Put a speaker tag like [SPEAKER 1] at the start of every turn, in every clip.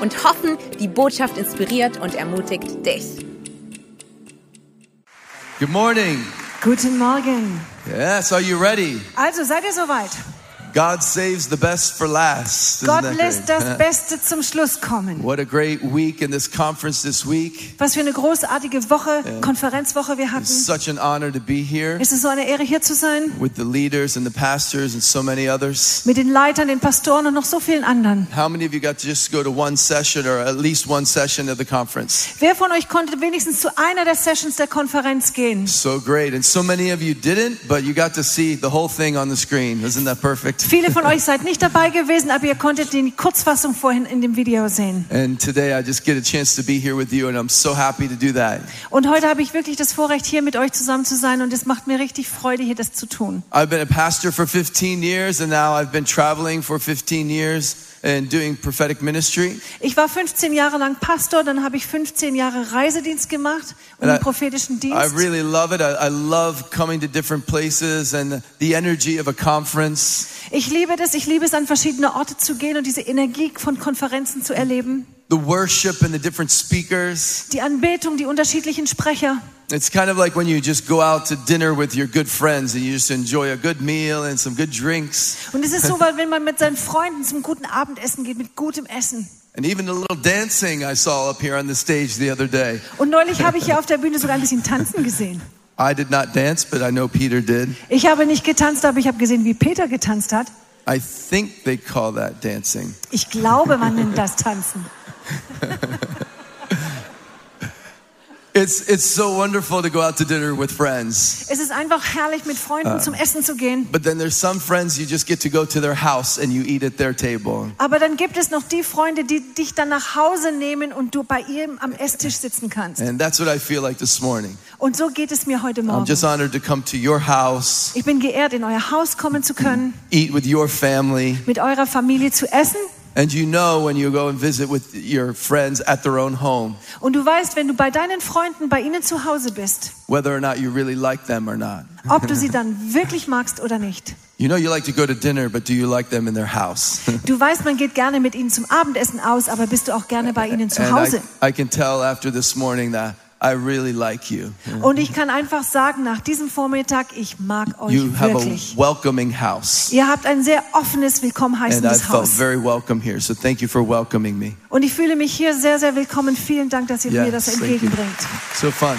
[SPEAKER 1] und hoffen, die Botschaft inspiriert und ermutigt dich.
[SPEAKER 2] Good morning.
[SPEAKER 3] Guten Morgen.
[SPEAKER 2] Yes, are you ready?
[SPEAKER 3] Also seid ihr soweit?
[SPEAKER 2] God saves the best for last. Isn't
[SPEAKER 3] Gott
[SPEAKER 2] that
[SPEAKER 3] lässt
[SPEAKER 2] great?
[SPEAKER 3] das Beste zum Schluss kommen.
[SPEAKER 2] what a great week in this conference this week.
[SPEAKER 3] Was für eine großartige Woche, Konferenzwoche wir
[SPEAKER 2] It's
[SPEAKER 3] hatten.
[SPEAKER 2] such an honor to be here
[SPEAKER 3] Es ist so eine Ehre, hier zu sein,
[SPEAKER 2] with the leaders and the pastors and so many others.
[SPEAKER 3] mit den Leitern, den Pastoren und noch so vielen anderen.
[SPEAKER 2] How many of you got to just go to one session or at least one session of the conference?
[SPEAKER 3] Wer von euch konnte wenigstens zu einer der Sessions der Konferenz gehen?
[SPEAKER 2] So great. And so many of you didn't, but you got to see the whole thing on the screen. Isn't that perfect?
[SPEAKER 3] Viele von euch seid nicht dabei gewesen, aber ihr konntet die Kurzfassung vorhin in dem Video sehen.
[SPEAKER 2] And today I just get a chance to be here with you, and I'm so happy to do that.
[SPEAKER 3] Und heute habe ich wirklich das Vorrecht, hier mit euch zusammen zu sein und es macht mir richtig Freude, hier das zu tun.
[SPEAKER 2] I've been a pastor for 15 years, and now I've been traveling for 15 years and doing prophetic ministry.
[SPEAKER 3] Ich war 15 Jahre lang Pastor, dann habe ich 15 Jahre Reisedienst gemacht und
[SPEAKER 2] And
[SPEAKER 3] einen prophetischen
[SPEAKER 2] I
[SPEAKER 3] Dienst.
[SPEAKER 2] really love it. I, I love coming to different places and the energy of a conference.
[SPEAKER 3] Ich liebe das, ich liebe es, an verschiedene Orte zu gehen und diese Energie von Konferenzen zu erleben.
[SPEAKER 2] The worship and the different speakers.
[SPEAKER 3] Die Anbetung, die unterschiedlichen Sprecher.
[SPEAKER 2] It's kind of like when you just go out to dinner with your good friends and you just enjoy a good meal and some good drinks
[SPEAKER 3] Und es ist so, weil wenn man mit seinen Freunden zum guten Abendessen geht, mit gutem Essen.
[SPEAKER 2] and even a little dancing I saw up here on the stage the other day.
[SPEAKER 3] Und neulich habe ich hier auf der Bühne sogar ein bisschen tanzen gesehen.
[SPEAKER 2] I did not dance, but I know Peter did.
[SPEAKER 3] Ich habe nicht getanzt, aber ich habe gesehen, wie Peter getanzt hat.
[SPEAKER 2] I think they call that dancing.
[SPEAKER 3] Ich glaube, man nennt das Tanzen.
[SPEAKER 2] It's, it's so wonderful to go out to dinner with friends.
[SPEAKER 3] Es ist einfach herrlich, mit
[SPEAKER 2] Ah.
[SPEAKER 3] Freunden zum Essen zu gehen.
[SPEAKER 2] But then there's some friends you just get to go to their house and you eat at their table.
[SPEAKER 3] Aber dann gibt es noch die Freunde, die dich dann nach Hause nehmen und du bei ihm am Esstisch sitzen kannst.
[SPEAKER 2] And that's what I feel like this morning.
[SPEAKER 3] Und so geht es mir heute
[SPEAKER 2] I'm
[SPEAKER 3] Morgen.
[SPEAKER 2] just honored to come to your house,
[SPEAKER 3] Ich bin geehrt, in euer Haus kommen zu können,
[SPEAKER 2] eat with your family.
[SPEAKER 3] mit eurer Familie zu essen.
[SPEAKER 2] And you know when you go and visit with your friends at their own home,
[SPEAKER 3] Und du weißt, wenn du bei deinen Freunden, bei ihnen zu Hause bist,
[SPEAKER 2] whether or not you really like them or not.
[SPEAKER 3] ob du sie dann wirklich magst oder nicht.
[SPEAKER 2] You know you like to go to dinner, but do you like them in their house?
[SPEAKER 3] Du weißt, man geht gerne mit ihnen zum Abendessen aus, aber bist du auch gerne bei ihnen zu
[SPEAKER 2] and I,
[SPEAKER 3] Hause.
[SPEAKER 2] I can tell after this morning that I really like you.
[SPEAKER 3] Und ich kann einfach sagen, nach diesem Vormittag, ich mag euch
[SPEAKER 2] You have a
[SPEAKER 3] wirklich.
[SPEAKER 2] welcoming house.
[SPEAKER 3] Ihr habt ein sehr offenes,
[SPEAKER 2] And I
[SPEAKER 3] willkommenheißendes
[SPEAKER 2] felt
[SPEAKER 3] Haus.
[SPEAKER 2] very welcome here, so thank you for welcoming me.
[SPEAKER 3] Und ich fühle mich hier sehr, sehr willkommen. Vielen Dank, dass ihr
[SPEAKER 2] Yes,
[SPEAKER 3] mir das
[SPEAKER 2] thank you.
[SPEAKER 3] entgegenbringt.
[SPEAKER 2] So fun.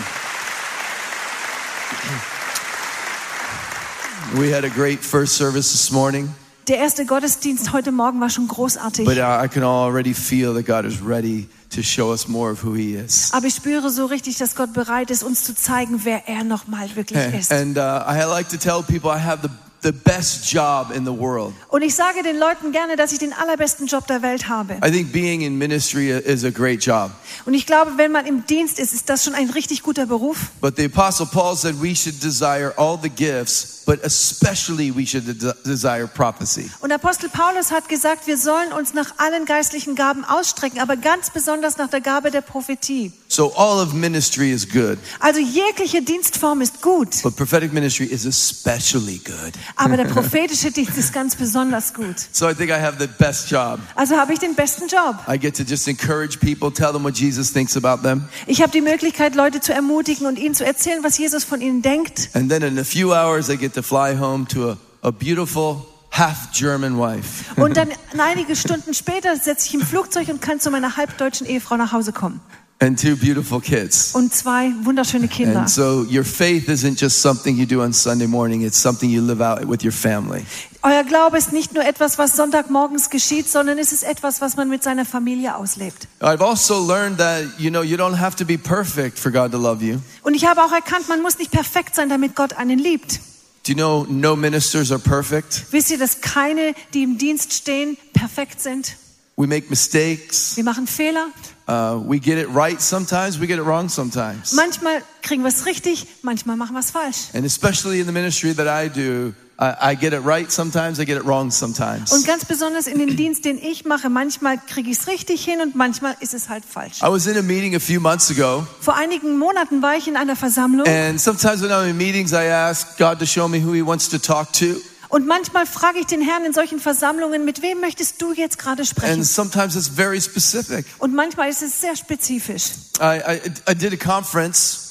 [SPEAKER 2] We had a great first service this morning,
[SPEAKER 3] Der erste Gottesdienst heute Morgen war schon großartig.
[SPEAKER 2] but uh, I I can already feel that God is ready to show us more of who He is.
[SPEAKER 3] Aber ich spüre so richtig, dass Gott bereit ist, uns zu zeigen, wer er nochmal wirklich ist.
[SPEAKER 2] And uh, I like to tell people I have the, the best job in the world.
[SPEAKER 3] Und ich sage den Leuten gerne, dass ich den allerbesten Job der Welt habe.
[SPEAKER 2] I think being in ministry is a great job.
[SPEAKER 3] Und ich glaube, wenn man im Dienst ist, ist das schon ein richtig guter Beruf.
[SPEAKER 2] But the Apostle Paul said we should desire all the gifts, but especially we should de- desire prophecy.
[SPEAKER 3] Und Apostel Paulus hat gesagt, wir sollen uns nach allen geistlichen Gaben ausstrecken, aber ganz besonders nach der Gabe der Prophetie.
[SPEAKER 2] So all of ministry is good,
[SPEAKER 3] Also jegliche Dienstform ist gut,
[SPEAKER 2] but prophetic ministry is especially good.
[SPEAKER 3] aber der prophetische Dienst ist ganz besonders gut.
[SPEAKER 2] So I think I have the best job.
[SPEAKER 3] Also habe ich den besten Job.
[SPEAKER 2] I get to just encourage people, tell them what Jesus thinks about them.
[SPEAKER 3] Ich habe die Möglichkeit, Leute zu ermutigen und ihnen zu erzählen, was Jesus von ihnen denkt.
[SPEAKER 2] And then in a few hours, I get to fly home to a, a beautiful half German wife.
[SPEAKER 3] Und dann einige Stunden später setze ich im Flugzeug und kann zu meiner halbdeutschen Ehefrau nach Hause kommen.
[SPEAKER 2] and two beautiful kids.
[SPEAKER 3] Und zwei wunderschöne Kinder.
[SPEAKER 2] And so your faith isn't just something you do on Sunday morning, it's something you live out with your family.
[SPEAKER 3] Euer Glaube ist nicht nur etwas, was Sonntagmorgens geschieht, sondern es ist etwas, was man mit seiner Familie auslebt.
[SPEAKER 2] I've also learned that, you know, you don't have to be perfect for God to love you.
[SPEAKER 3] Und ich habe auch erkannt, man muss nicht perfekt sein, damit Gott einen liebt.
[SPEAKER 2] Do you know no ministers are perfect?
[SPEAKER 3] Wisst ihr, dass keine, die im Dienst stehen, perfekt sind?
[SPEAKER 2] We make mistakes.
[SPEAKER 3] Wir machen Fehler.
[SPEAKER 2] Uh, we get it right sometimes, we get it wrong sometimes.
[SPEAKER 3] Manchmal kriegen wir es richtig, manchmal machen wir es falsch.
[SPEAKER 2] And especially in the ministry that I do, I, I get it right sometimes, I get it wrong
[SPEAKER 3] Und
[SPEAKER 2] sometimes.
[SPEAKER 3] ganz besonders in dem Dienst, den ich mache, manchmal kriege ich es richtig hin und manchmal ist es halt falsch.
[SPEAKER 2] I was in a meeting a few months ago,
[SPEAKER 3] Vor einigen Monaten war ich in einer Versammlung
[SPEAKER 2] and sometimes when I'm in meetings, I ask God to show me who He wants to talk to.
[SPEAKER 3] und manchmal frage ich den Herrn in solchen Versammlungen, mit wem möchtest du jetzt gerade
[SPEAKER 2] And
[SPEAKER 3] sprechen?
[SPEAKER 2] sometimes it's very specific.
[SPEAKER 3] Und manchmal ist es sehr spezifisch.
[SPEAKER 2] I, I, I did a conference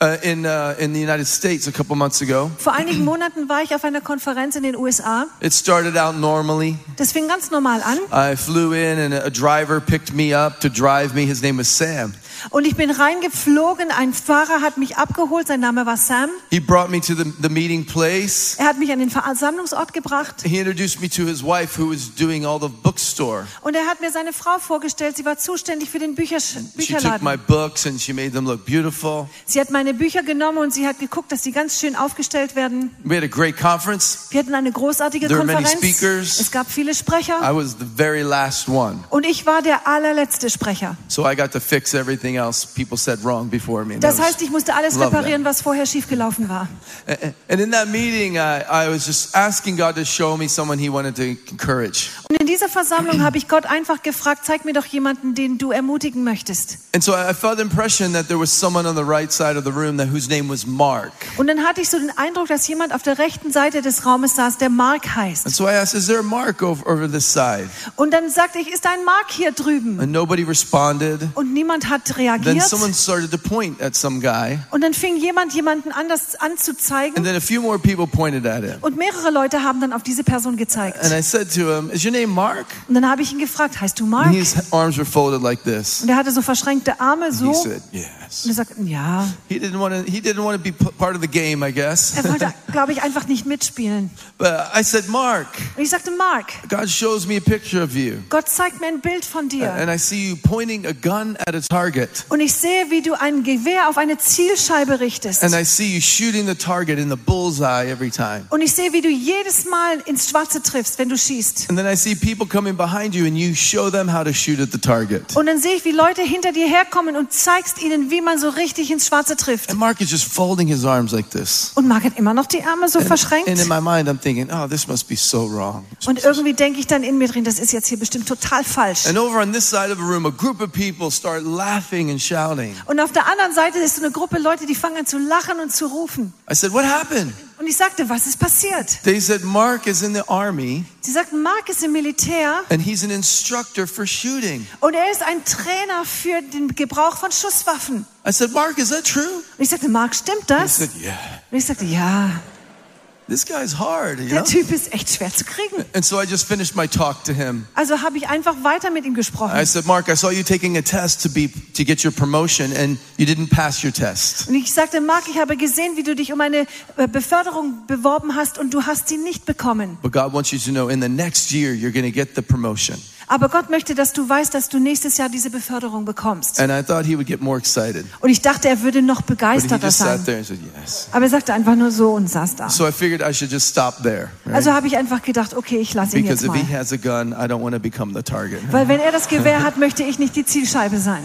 [SPEAKER 2] uh, in, uh, in the United States a couple months ago.
[SPEAKER 3] Vor einigen Monaten war ich auf einer Konferenz in den USA.
[SPEAKER 2] It started out normally.
[SPEAKER 3] Das fing ganz normal an
[SPEAKER 2] I flew in, and a driver picked me up to drive me. His name was Sam.
[SPEAKER 3] und ich bin reingeflogen. Ein Fahrer hat mich abgeholt, sein Name war Sam.
[SPEAKER 2] He brought me to the, the meeting place.
[SPEAKER 3] Er hat mich an den Versammlungsort gebracht
[SPEAKER 2] He introduced me to his wife, who was doing all the bookstore.
[SPEAKER 3] und er hat mir seine Frau vorgestellt. Sie war zuständig für den Büchersch-
[SPEAKER 2] She took
[SPEAKER 3] Bücherladen.
[SPEAKER 2] my books and she made them look beautiful.
[SPEAKER 3] Sie hat meine Bücher genommen und sie hat geguckt, dass die ganz schön aufgestellt werden.
[SPEAKER 2] We had a great conference.
[SPEAKER 3] Wir hatten eine großartige
[SPEAKER 2] There were many
[SPEAKER 3] Konferenz.
[SPEAKER 2] speakers.
[SPEAKER 3] Es gab viele Sprecher
[SPEAKER 2] I was the very last one,
[SPEAKER 3] und ich war der allerletzte Sprecher.
[SPEAKER 2] so I got to fix everything else people said wrong before me. And
[SPEAKER 3] Das
[SPEAKER 2] that was-
[SPEAKER 3] heißt, ich musste alles
[SPEAKER 2] Love that.
[SPEAKER 3] reparieren, was vorher schiefgelaufen war.
[SPEAKER 2] And in that meeting, I, I was just asking God to show me someone He wanted to encourage.
[SPEAKER 3] Und in dieser Versammlung habe ich Gott einfach gefragt, zeig mir doch jemanden, den du ermutigen möchtest.
[SPEAKER 2] And so I I felt the impression that there was someone on the right side of the room that whose name was Mark.
[SPEAKER 3] Und dann hatte ich so den Eindruck, dass jemand auf der rechten Seite des Raumes saß, der Mark heißt.
[SPEAKER 2] And so I asked, "Is there a Mark over, over this side?"
[SPEAKER 3] Und dann sagte ich, ist ein Mark hier drüben?
[SPEAKER 2] And nobody responded.
[SPEAKER 3] Und niemand hat
[SPEAKER 2] Then
[SPEAKER 3] reagiert.
[SPEAKER 2] someone started to point at some guy,
[SPEAKER 3] Und dann fing jemand jemanden anders anzuzeigen.
[SPEAKER 2] and then a few more people pointed at him.
[SPEAKER 3] Und mehrere Leute haben dann auf diese Person gezeigt.
[SPEAKER 2] And I said to him, "Is your name Mark?"
[SPEAKER 3] Und dann habe ich ihn gefragt, heißt du Mark?
[SPEAKER 2] And his arms were folded like this.
[SPEAKER 3] Und er hatte so verschränkte Arme, so.
[SPEAKER 2] He
[SPEAKER 3] Und
[SPEAKER 2] said, "Yes."
[SPEAKER 3] er sagt, ja.
[SPEAKER 2] He didn't want to. He didn't want to be p- part of the game, I guess.
[SPEAKER 3] Er wollte, glaube ich, einfach nicht mitspielen.
[SPEAKER 2] But I said, "Mark,
[SPEAKER 3] Und ich sagte, Mark,
[SPEAKER 2] God shows me a picture of you."
[SPEAKER 3] Gott zeigt mir ein Bild von dir.
[SPEAKER 2] And I see you pointing a gun at a target.
[SPEAKER 3] Und ich sehe, wie du ein Gewehr auf eine Zielscheibe richtest.
[SPEAKER 2] And I see you shooting the target in the bullseye every time.
[SPEAKER 3] Und ich sehe, wie du jedes Mal ins Schwarze triffst, wenn du schießt.
[SPEAKER 2] And then I see people coming behind you and you show them how to shoot at the target.
[SPEAKER 3] Und dann sehe ich, wie Leute hinter dir herkommen und zeigst ihnen, wie man so richtig ins Schwarze trifft.
[SPEAKER 2] And Mark is just folding his arms like this.
[SPEAKER 3] Und Mark hat immer noch die Arme so
[SPEAKER 2] And in
[SPEAKER 3] verschränkt.
[SPEAKER 2] my mind, I'm thinking, oh, this must be so wrong.
[SPEAKER 3] Und irgendwie denke ich dann in mir drin, das ist jetzt hier bestimmt total falsch.
[SPEAKER 2] And over on this side of the room, a group of people start laughing and shouting.
[SPEAKER 3] Und auf der anderen Seite ist so eine Gruppe Leute, die fangen an zu lachen und zu rufen.
[SPEAKER 2] I said, what happened?
[SPEAKER 3] Und ich sagte, was ist passiert?
[SPEAKER 2] They said, Mark is in the army
[SPEAKER 3] Sie sagten, Mark ist im Militär
[SPEAKER 2] and he's an instructor for shooting.
[SPEAKER 3] und er ist ein Trainer für den Gebrauch von Schusswaffen.
[SPEAKER 2] I said, Mark, is that true?
[SPEAKER 3] Und ich sagte, Mark, stimmt
[SPEAKER 2] He
[SPEAKER 3] das?
[SPEAKER 2] said, yeah.
[SPEAKER 3] Und ich sagte, ja,
[SPEAKER 2] This guy's hard, you
[SPEAKER 3] der
[SPEAKER 2] know?
[SPEAKER 3] Typ ist echt schwer zu kriegen.
[SPEAKER 2] And so I just finished my talk to him.
[SPEAKER 3] Also habe ich einfach weiter mit ihm gesprochen.
[SPEAKER 2] I said, Mark, I saw you taking a test to be to get your promotion, and you didn't pass your test.
[SPEAKER 3] Und ich sagte, Mark, ich habe gesehen, wie du dich um eine äh, Beförderung beworben hast und du hast sie nicht bekommen.
[SPEAKER 2] But God wants you to know in the next year you're going to get the promotion.
[SPEAKER 3] Aber Gott möchte, dass du weißt, dass du nächstes Jahr diese Beförderung bekommst.
[SPEAKER 2] And I thought he would get more excited,
[SPEAKER 3] Und ich dachte, er würde noch
[SPEAKER 2] but he
[SPEAKER 3] begeisterter
[SPEAKER 2] just sat
[SPEAKER 3] sein.
[SPEAKER 2] there and said yes.
[SPEAKER 3] Aber er sagte einfach nur so und saß da.
[SPEAKER 2] So I figured I should just stop there, right?
[SPEAKER 3] Also habe ich einfach gedacht, okay, ich lasse ihn
[SPEAKER 2] because
[SPEAKER 3] jetzt
[SPEAKER 2] if he
[SPEAKER 3] mal.
[SPEAKER 2] has a gun, I don't want to become the target.
[SPEAKER 3] Weil wenn er das Gewehr hat, möchte ich nicht die Zielscheibe sein.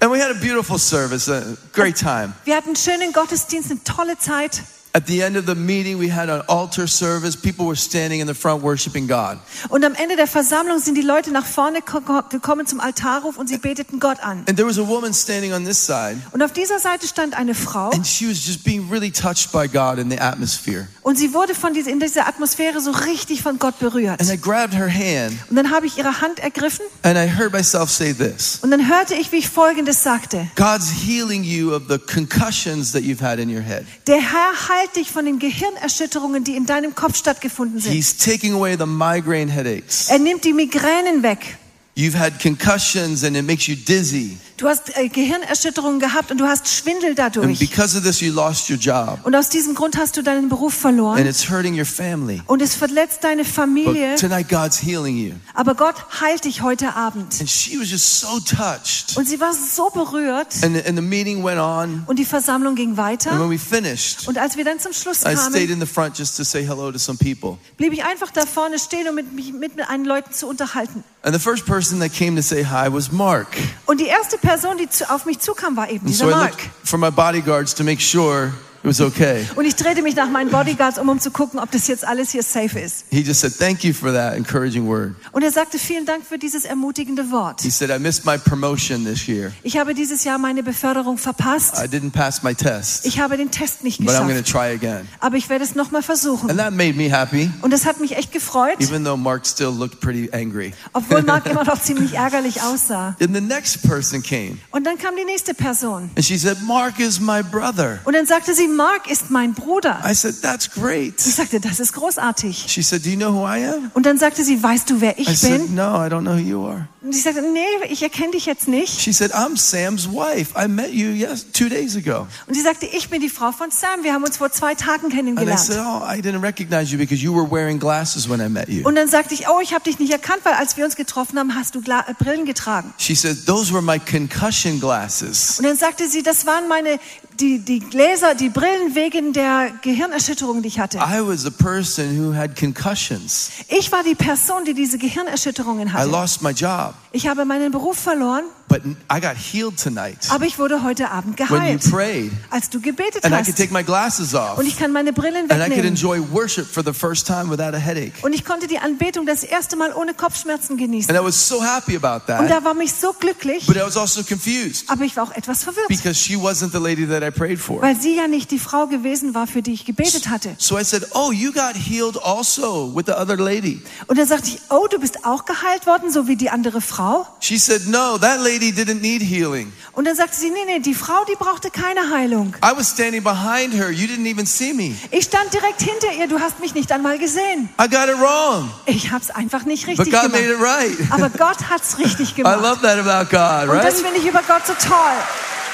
[SPEAKER 2] And we had a beautiful service, a great time.
[SPEAKER 3] Wir hatten einen schönen Gottesdienst, eine tolle Zeit.
[SPEAKER 2] At the end of the meeting, we had an altar service. People were standing in the front worshiping God.
[SPEAKER 3] Und am Ende der Versammlung sind die Leute nach vorne ko- ko- gekommen zum Altarruf und sie beteten Gott an.
[SPEAKER 2] And there was a woman standing on this side,
[SPEAKER 3] Und auf dieser Seite stand eine Frau
[SPEAKER 2] and she was just being really touched by God in the atmosphere.
[SPEAKER 3] und sie wurde von dieser, in dieser Atmosphäre so richtig von Gott berührt.
[SPEAKER 2] And I grabbed her hand
[SPEAKER 3] Und dann habe ich ihre Hand ergriffen
[SPEAKER 2] and I heard myself say this
[SPEAKER 3] und dann hörte ich, wie ich Folgendes sagte.
[SPEAKER 2] God's healing you of the concussions that you've had in your head.
[SPEAKER 3] Der Herr heilt dich von den Gehirnerschütterungen, die in deinem Kopf stattgefunden sind.
[SPEAKER 2] He's taking away the migraine headaches.
[SPEAKER 3] Er nimmt die Migränen weg.
[SPEAKER 2] You've had concussions and it makes you dizzy.
[SPEAKER 3] Du hast äh, Gehirnerschütterungen gehabt und du hast Schwindel
[SPEAKER 2] And
[SPEAKER 3] dadurch.
[SPEAKER 2] because of this, you lost your job
[SPEAKER 3] Und aus diesem Grund hast du deinen Beruf
[SPEAKER 2] and
[SPEAKER 3] verloren
[SPEAKER 2] it's hurting your family.
[SPEAKER 3] und es verletzt deine Familie.
[SPEAKER 2] But tonight, God's healing you.
[SPEAKER 3] Aber Gott heilt dich heute Abend.
[SPEAKER 2] And she was just so touched.
[SPEAKER 3] Und sie war so berührt
[SPEAKER 2] And, and the meeting went on.
[SPEAKER 3] und die Versammlung ging
[SPEAKER 2] And
[SPEAKER 3] weiter.
[SPEAKER 2] when we finished,
[SPEAKER 3] Und als wir dann zum Schluss
[SPEAKER 2] I stayed
[SPEAKER 3] kamen,
[SPEAKER 2] in the front just to say hello to some people.
[SPEAKER 3] blieb ich einfach da vorne stehen, um mit, mich, mit, mit einen Leuten zu unterhalten.
[SPEAKER 2] And the first person that came to say hi was Mark.
[SPEAKER 3] Und die erste Person, die zu, auf mich zukam, war eben
[SPEAKER 2] And
[SPEAKER 3] dieser
[SPEAKER 2] so I
[SPEAKER 3] Mark.
[SPEAKER 2] looked for my bodyguards to make sure it was okay.
[SPEAKER 3] Und ich drehte mich nach meinen Bodyguards um, um zu gucken, ob das jetzt alles hier safe ist.
[SPEAKER 2] He just said, Thank you for that encouraging word.
[SPEAKER 3] Und er sagte, vielen Dank für dieses ermutigende Wort.
[SPEAKER 2] He said, I missed my promotion this year.
[SPEAKER 3] Ich habe dieses Jahr meine Beförderung verpasst.
[SPEAKER 2] I didn't pass my test,
[SPEAKER 3] Ich habe den Test nicht
[SPEAKER 2] but I'm going
[SPEAKER 3] geschafft.
[SPEAKER 2] to try again.
[SPEAKER 3] Aber ich werde es nochmal versuchen.
[SPEAKER 2] And that made me happy,
[SPEAKER 3] Und das hat mich echt gefreut,
[SPEAKER 2] even though Mark still looked pretty angry.
[SPEAKER 3] obwohl Mark immer noch ziemlich ärgerlich aussah.
[SPEAKER 2] Then the next person came,
[SPEAKER 3] Und dann kam die nächste Person.
[SPEAKER 2] and she said, Mark is my brother.
[SPEAKER 3] Und dann sagte sie, Mark ist mein Bruder.
[SPEAKER 2] I said, That's
[SPEAKER 3] Ich
[SPEAKER 2] great.
[SPEAKER 3] sagte, das ist großartig.
[SPEAKER 2] She said, Do you know who I am?
[SPEAKER 3] Und dann sagte sie, weißt du, wer
[SPEAKER 2] I
[SPEAKER 3] ich
[SPEAKER 2] said,
[SPEAKER 3] bin?
[SPEAKER 2] No, I don't know who you are.
[SPEAKER 3] Und ich sagte, nee, ich erkenne dich jetzt nicht.
[SPEAKER 2] She said, I'm Sam's wife. I met you yes two days ago.
[SPEAKER 3] Und sie sagte, ich bin die Frau von Sam. Wir haben uns vor zwei Tagen
[SPEAKER 2] And I said,
[SPEAKER 3] kennengelernt.
[SPEAKER 2] Oh, I didn't recognize you because you were wearing glasses when I met you.
[SPEAKER 3] Und dann sagte ich, oh, ich habe dich nicht erkannt, weil als wir uns getroffen haben, hast du Gla äh, Brillen getragen.
[SPEAKER 2] She said, Those were my concussion glasses.
[SPEAKER 3] Und dann sagte sie, das waren meine, die, die Gläser, die Brillen wegen der Gehirnerschütterung, die ich hatte.
[SPEAKER 2] I was the person who had concussions.
[SPEAKER 3] Ich war die Person, die diese Gehirnerschütterungen
[SPEAKER 2] I
[SPEAKER 3] hatte.
[SPEAKER 2] lost my job,
[SPEAKER 3] Ich habe meinen Beruf verloren,
[SPEAKER 2] but I got healed tonight
[SPEAKER 3] aber ich wurde heute Abend
[SPEAKER 2] when you
[SPEAKER 3] geheilt,
[SPEAKER 2] prayed.
[SPEAKER 3] als du gebetet
[SPEAKER 2] And I could
[SPEAKER 3] hast.
[SPEAKER 2] take my glasses off.
[SPEAKER 3] Und ich kann meine Brillen
[SPEAKER 2] And I could
[SPEAKER 3] wegnehmen.
[SPEAKER 2] enjoy worship for the first time without a headache.
[SPEAKER 3] Und ich konnte die Anbetung das erste Mal ohne Kopfschmerzen genießen.
[SPEAKER 2] And I was so happy about
[SPEAKER 3] Und
[SPEAKER 2] that.
[SPEAKER 3] da war mich so glücklich,
[SPEAKER 2] But I was also confused
[SPEAKER 3] aber ich war auch etwas verwirrt,
[SPEAKER 2] because she wasn't the lady that I prayed for.
[SPEAKER 3] weil sie ja nicht die Frau gewesen war, für die ich gebetet hatte.
[SPEAKER 2] So I said, Oh, you got healed also with the other lady.
[SPEAKER 3] Und dann sagte ich, oh, du bist auch geheilt worden, so wie die andere Frau.
[SPEAKER 2] She said, No, that lady didn't need healing.
[SPEAKER 3] Und dann sagte sie, nee, nee, die Frau, die brauchte keine Heilung.
[SPEAKER 2] I was standing behind her. You didn't even see me.
[SPEAKER 3] Ich stand direkt hinter ihr, du hast mich nicht einmal gesehen.
[SPEAKER 2] I got it wrong,
[SPEAKER 3] Ich hab's einfach nicht
[SPEAKER 2] but
[SPEAKER 3] richtig
[SPEAKER 2] God made it
[SPEAKER 3] gemacht.
[SPEAKER 2] right.
[SPEAKER 3] Aber Gott hat's richtig
[SPEAKER 2] I
[SPEAKER 3] gemacht.
[SPEAKER 2] love that about God,
[SPEAKER 3] Und das
[SPEAKER 2] right?
[SPEAKER 3] finde ich über Gott so toll.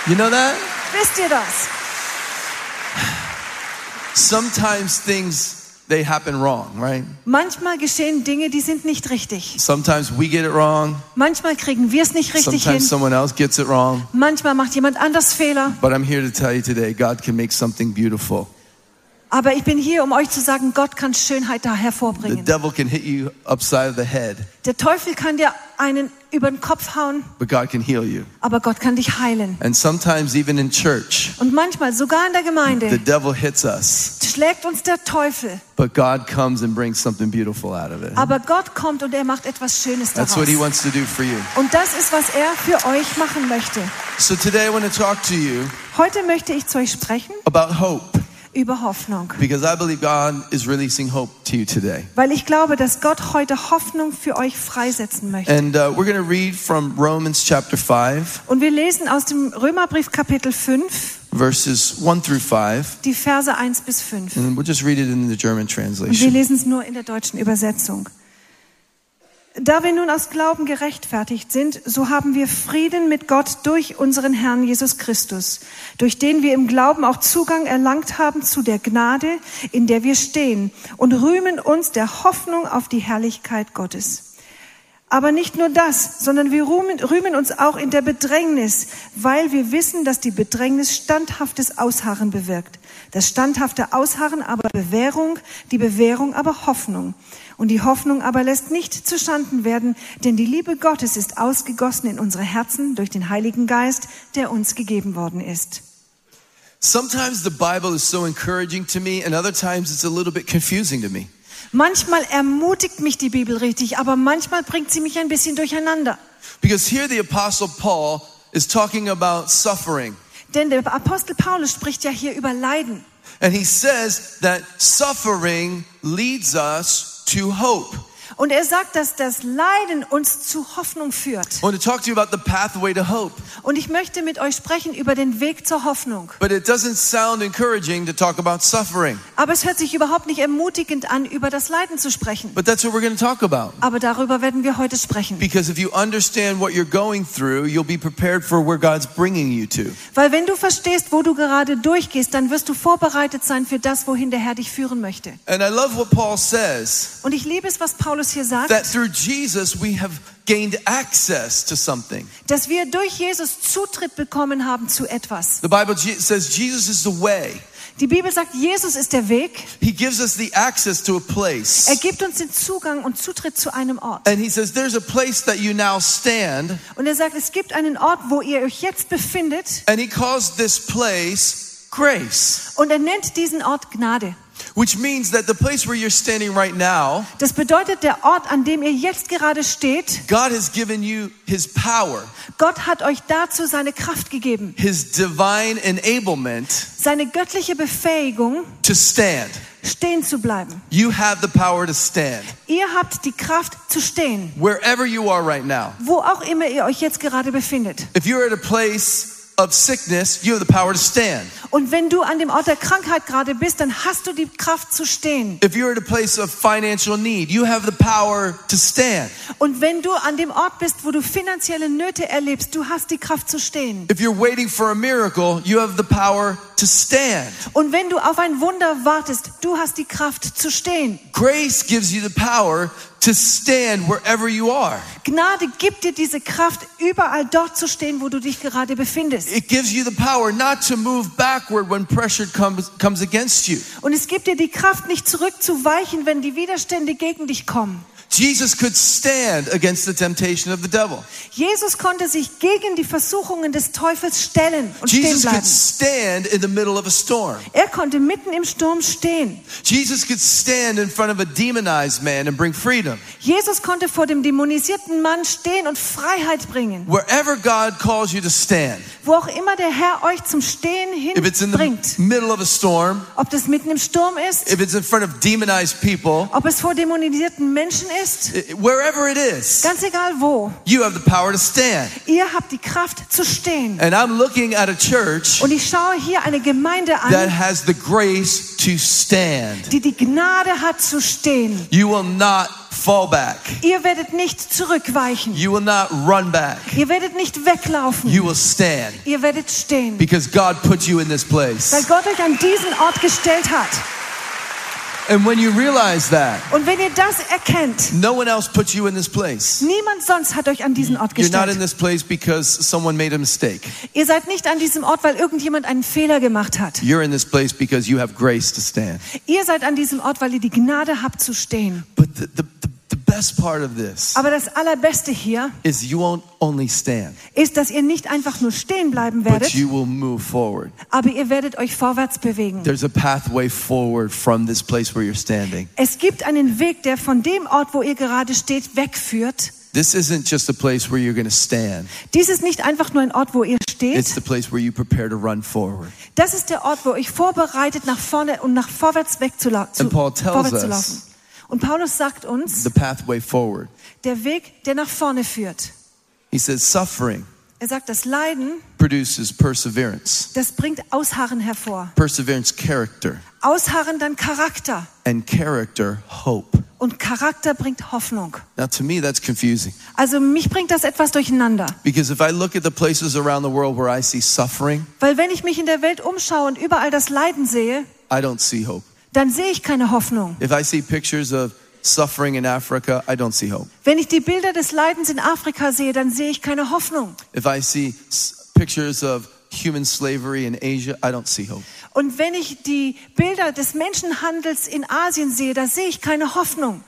[SPEAKER 2] You know that?
[SPEAKER 3] Wisst ihr das?
[SPEAKER 2] Sometimes things, they happen wrong, right?
[SPEAKER 3] Manchmal geschehen Dinge, die sind nicht richtig.
[SPEAKER 2] Sometimes we get it wrong.
[SPEAKER 3] Manchmal kriegen wir es nicht richtig
[SPEAKER 2] Sometimes
[SPEAKER 3] hin.
[SPEAKER 2] someone else gets it wrong.
[SPEAKER 3] Manchmal macht jemand anders Fehler.
[SPEAKER 2] But I'm here to tell you today, God can make something beautiful.
[SPEAKER 3] Aber ich bin hier, um euch zu sagen, Gott kann Schönheit da
[SPEAKER 2] The
[SPEAKER 3] hervorbringen.
[SPEAKER 2] devil can hit you upside of the head,
[SPEAKER 3] Der Teufel kann dir einen über den Kopf hauen,
[SPEAKER 2] but God can heal you.
[SPEAKER 3] aber Gott kann dich heilen.
[SPEAKER 2] And sometimes even in church,
[SPEAKER 3] Und manchmal, sogar in der
[SPEAKER 2] the
[SPEAKER 3] Gemeinde,
[SPEAKER 2] devil hits us,
[SPEAKER 3] schlägt uns der Teufel.
[SPEAKER 2] but God comes and brings something beautiful out of it.
[SPEAKER 3] Aber Gott kommt und er macht etwas Schönes
[SPEAKER 2] That's what he wants
[SPEAKER 3] daraus.
[SPEAKER 2] to do for you.
[SPEAKER 3] Und das ist, was er für euch machen möchte.
[SPEAKER 2] So today I want to talk to you
[SPEAKER 3] Heute möchte ich zu euch sprechen
[SPEAKER 2] about hope
[SPEAKER 3] über Hoffnung,
[SPEAKER 2] because I believe God is releasing hope to you today.
[SPEAKER 3] weil ich glaube, dass Gott heute Hoffnung für euch freisetzen möchte.
[SPEAKER 2] And uh, we're going to read from Romans chapter 5,
[SPEAKER 3] Und wir lesen aus dem Römerbrief Kapitel 5,
[SPEAKER 2] verses 1 through 5,
[SPEAKER 3] die Verse 1 bis 5.
[SPEAKER 2] and we'll just read it in the German
[SPEAKER 3] Und wir
[SPEAKER 2] translation.
[SPEAKER 3] lesen es nur in der deutschen Übersetzung. Da wir nun aus Glauben gerechtfertigt sind, so haben wir Frieden mit Gott durch unseren Herrn Jesus Christus, durch den wir im Glauben auch Zugang erlangt haben zu der Gnade, in der wir stehen und rühmen uns der Hoffnung auf die Herrlichkeit Gottes. Aber nicht nur das, sondern wir rühmen, rühmen uns auch in der Bedrängnis, weil wir wissen, dass die Bedrängnis standhaftes Ausharren bewirkt. Das standhafte Ausharren aber Bewährung, die Bewährung aber Hoffnung. Und die Hoffnung aber lässt nicht zuschanden werden, denn die Liebe Gottes ist ausgegossen in unsere Herzen durch den Heiligen Geist, der uns gegeben worden ist.
[SPEAKER 2] Sometimes the Bible is so encouraging to me, and other times it's a little bit confusing to me.
[SPEAKER 3] Manchmal ermutigt mich die Bibel richtig, aber manchmal bringt sie mich ein bisschen durcheinander.
[SPEAKER 2] Because here the Apostle Paul is talking about suffering.
[SPEAKER 3] Denn der Apostel Paulus spricht ja hier über Leiden.
[SPEAKER 2] And he says that suffering leads us to hope.
[SPEAKER 3] Und er sagt, dass das Leiden uns zu Hoffnung führt.
[SPEAKER 2] I want to talk to you about the pathway to hope.
[SPEAKER 3] Und ich möchte mit euch sprechen über den Weg zur Hoffnung.
[SPEAKER 2] But it doesn't sound encouraging to talk about suffering.
[SPEAKER 3] Aber es hört sich überhaupt nicht ermutigend an, über das Leiden zu sprechen.
[SPEAKER 2] But that's what we're going to talk about.
[SPEAKER 3] Aber darüber werden wir heute sprechen.
[SPEAKER 2] Because if you understand what you're going through, you'll be prepared for where God's bringing you to.
[SPEAKER 3] Weil wenn du verstehst, wo du gerade durchgehst, dann wirst du vorbereitet sein für das, wohin der Herr dich führen möchte.
[SPEAKER 2] And I love what Paul says
[SPEAKER 3] Und ich liebe es, was Paulus hier sagt,
[SPEAKER 2] that through Jesus we have gained access to something.
[SPEAKER 3] dass wir durch Jesus Zutritt bekommen haben zu etwas.
[SPEAKER 2] The Bible Je- says Jesus is the way,
[SPEAKER 3] Die Bibel sagt, Jesus ist der Weg.
[SPEAKER 2] He gives us the access to a
[SPEAKER 3] Er
[SPEAKER 2] place.
[SPEAKER 3] gibt uns den Zugang und Zutritt zu einem Ort.
[SPEAKER 2] And he says, There's a place that you now stand.
[SPEAKER 3] Und er sagt, es gibt einen Ort, wo ihr euch jetzt befindet.
[SPEAKER 2] And he calls this place grace,
[SPEAKER 3] Und er nennt diesen Ort Gnade.
[SPEAKER 2] which means that the place where you're standing right now,
[SPEAKER 3] Das bedeutet, der Ort, an dem ihr jetzt gerade steht,
[SPEAKER 2] God has given you his power,
[SPEAKER 3] Gott hat euch dazu seine Kraft gegeben,
[SPEAKER 2] his divine enablement
[SPEAKER 3] seine göttliche Befähigung,
[SPEAKER 2] to stand.
[SPEAKER 3] stehen zu bleiben.
[SPEAKER 2] You have the power to stand
[SPEAKER 3] Ihr habt die Kraft zu stehen,
[SPEAKER 2] wherever you are right now.
[SPEAKER 3] wo auch immer ihr euch jetzt gerade befindet.
[SPEAKER 2] If you're at a place of sickness, you have the power to stand.
[SPEAKER 3] Und wenn du an dem Ort der Krankheit gerade bist, dann hast du die Kraft zu stehen.
[SPEAKER 2] If you're at a place of financial need, you have the power to stand.
[SPEAKER 3] Und wenn du an dem Ort bist, wo du finanzielle Nöte erlebst, du hast die Kraft zu stehen.
[SPEAKER 2] If you're waiting for a miracle, you have the power to stand.
[SPEAKER 3] Und wenn du auf ein Wunder wartest, du hast die Kraft zu stehen.
[SPEAKER 2] Grace gives you the power to stand wherever you are.
[SPEAKER 3] Gnade gibt dir diese Kraft, überall dort zu stehen, wo du dich gerade befindest.
[SPEAKER 2] It gives you the power not to move backward when pressure comes comes against you.
[SPEAKER 3] Und es gibt dir die Kraft, nicht zurückzuweichen, wenn die Widerstände gegen dich kommen.
[SPEAKER 2] Jesus could stand against the temptation of the devil.
[SPEAKER 3] Oh, Jesus konnte sich gegen die Versuchungen des Teufels stellen und stehen
[SPEAKER 2] Jesus could
[SPEAKER 3] bleiben.
[SPEAKER 2] stand in the middle of a storm.
[SPEAKER 3] Er konnte mitten im Sturm stehen.
[SPEAKER 2] Jesus could stand in front of a demonized man and bring freedom.
[SPEAKER 3] Jesus konnte vor dem dämonisierten Mann stehen und Freiheit bringen.
[SPEAKER 2] Wherever God calls you to stand,
[SPEAKER 3] Wo auch immer der Herr euch zum Stehen
[SPEAKER 2] if it's in the
[SPEAKER 3] hinbringt,
[SPEAKER 2] middle of a storm,
[SPEAKER 3] ob das mitten im Sturm ist,
[SPEAKER 2] if it's in front of demonized people,
[SPEAKER 3] ob es vor dämonisierten Menschen ist,
[SPEAKER 2] i- wherever it is,
[SPEAKER 3] ganz egal wo,
[SPEAKER 2] you have the power to stand.
[SPEAKER 3] ihr habt die Kraft zu stehen.
[SPEAKER 2] And I'm looking at a church
[SPEAKER 3] Und ich schaue hier eine Gemeinde
[SPEAKER 2] that
[SPEAKER 3] an,
[SPEAKER 2] has the grace to stand.
[SPEAKER 3] die die Gnade hat zu stehen.
[SPEAKER 2] You will not fall back.
[SPEAKER 3] Ihr werdet nicht zurückweichen.
[SPEAKER 2] You will not run back.
[SPEAKER 3] Ihr werdet nicht weglaufen.
[SPEAKER 2] You will stand
[SPEAKER 3] Ihr werdet stehen.
[SPEAKER 2] because God put you in this
[SPEAKER 3] weil
[SPEAKER 2] place.
[SPEAKER 3] Gott euch an diesen Ort gestellt hat.
[SPEAKER 2] And when you realize that,
[SPEAKER 3] Und wenn ihr das erkennt,
[SPEAKER 2] no one else put you in this place.
[SPEAKER 3] niemand sonst hat euch an diesen Ort
[SPEAKER 2] You're not in
[SPEAKER 3] gestellt.
[SPEAKER 2] this place because someone made a mistake.
[SPEAKER 3] Ihr seid nicht an diesem Ort, weil irgendjemand einen Fehler gemacht hat.
[SPEAKER 2] You're in this place because you have grace to stand.
[SPEAKER 3] Ihr seid an diesem Ort, weil ihr die Gnade habt zu stehen.
[SPEAKER 2] But the, the, the, the best part of this
[SPEAKER 3] Aber das Allerbeste hier
[SPEAKER 2] is you won't only stand,
[SPEAKER 3] ist, dass ihr nicht einfach nur stehen bleiben
[SPEAKER 2] but
[SPEAKER 3] werdet,
[SPEAKER 2] you will move forward.
[SPEAKER 3] aber ihr werdet euch vorwärts bewegen.
[SPEAKER 2] There's a pathway forward from this place where you're standing.
[SPEAKER 3] Es gibt einen Weg, der von dem Ort, wo ihr gerade steht, wegführt.
[SPEAKER 2] This isn't just a place where you're going to stand.
[SPEAKER 3] Dies ist nicht einfach nur ein Ort, wo ihr
[SPEAKER 2] It's
[SPEAKER 3] steht.
[SPEAKER 2] the place where you prepare to run forward.
[SPEAKER 3] Das ist der Ort, wo euch vorbereitet, nach vorne und nach vorwärts wegzulaufen. Zu,
[SPEAKER 2] And Paul tells
[SPEAKER 3] vorwärts
[SPEAKER 2] us-
[SPEAKER 3] zu laufen. Und Paulus sagt uns,
[SPEAKER 2] The pathway forward.
[SPEAKER 3] der Weg, der nach vorne führt.
[SPEAKER 2] He says suffering
[SPEAKER 3] Er sagt, das Leiden,
[SPEAKER 2] produces perseverance.
[SPEAKER 3] das bringt Ausharren hervor.
[SPEAKER 2] Perseverance character
[SPEAKER 3] Ausharren dann Charakter.
[SPEAKER 2] and character hope.
[SPEAKER 3] Und Charakter bringt Hoffnung.
[SPEAKER 2] Now to me that's confusing
[SPEAKER 3] Also mich bringt das etwas durcheinander.
[SPEAKER 2] because if I look at the places around the world where I see suffering,
[SPEAKER 3] Weil wenn ich mich in der Welt umschaue und überall das Leiden sehe,
[SPEAKER 2] I don't see hope.
[SPEAKER 3] dann sehe ich keine Hoffnung.
[SPEAKER 2] If I see pictures of suffering in Africa, I don't see hope.
[SPEAKER 3] Wenn ich die Bilder des Leidens in Afrika sehe, dann sehe ich keine Hoffnung.
[SPEAKER 2] If I see s- pictures of human slavery in Asia, I don't see hope.
[SPEAKER 3] Und wenn ich die Bilder des Menschenhandels in Asien sehe, da sehe ich keine Hoffnung.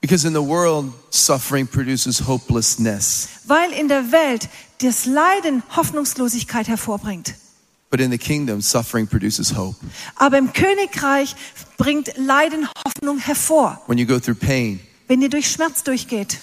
[SPEAKER 2] Because in the world, suffering produces hopelessness.
[SPEAKER 3] Weil in der Welt das Leiden Hoffnungslosigkeit hervorbringt.
[SPEAKER 2] But in the kingdom, suffering produces hope.
[SPEAKER 3] Aber im Königreich bringt Leiden Hoffnung hervor.
[SPEAKER 2] When you go through pain,
[SPEAKER 3] Wenn ihr durch Schmerz durchgeht,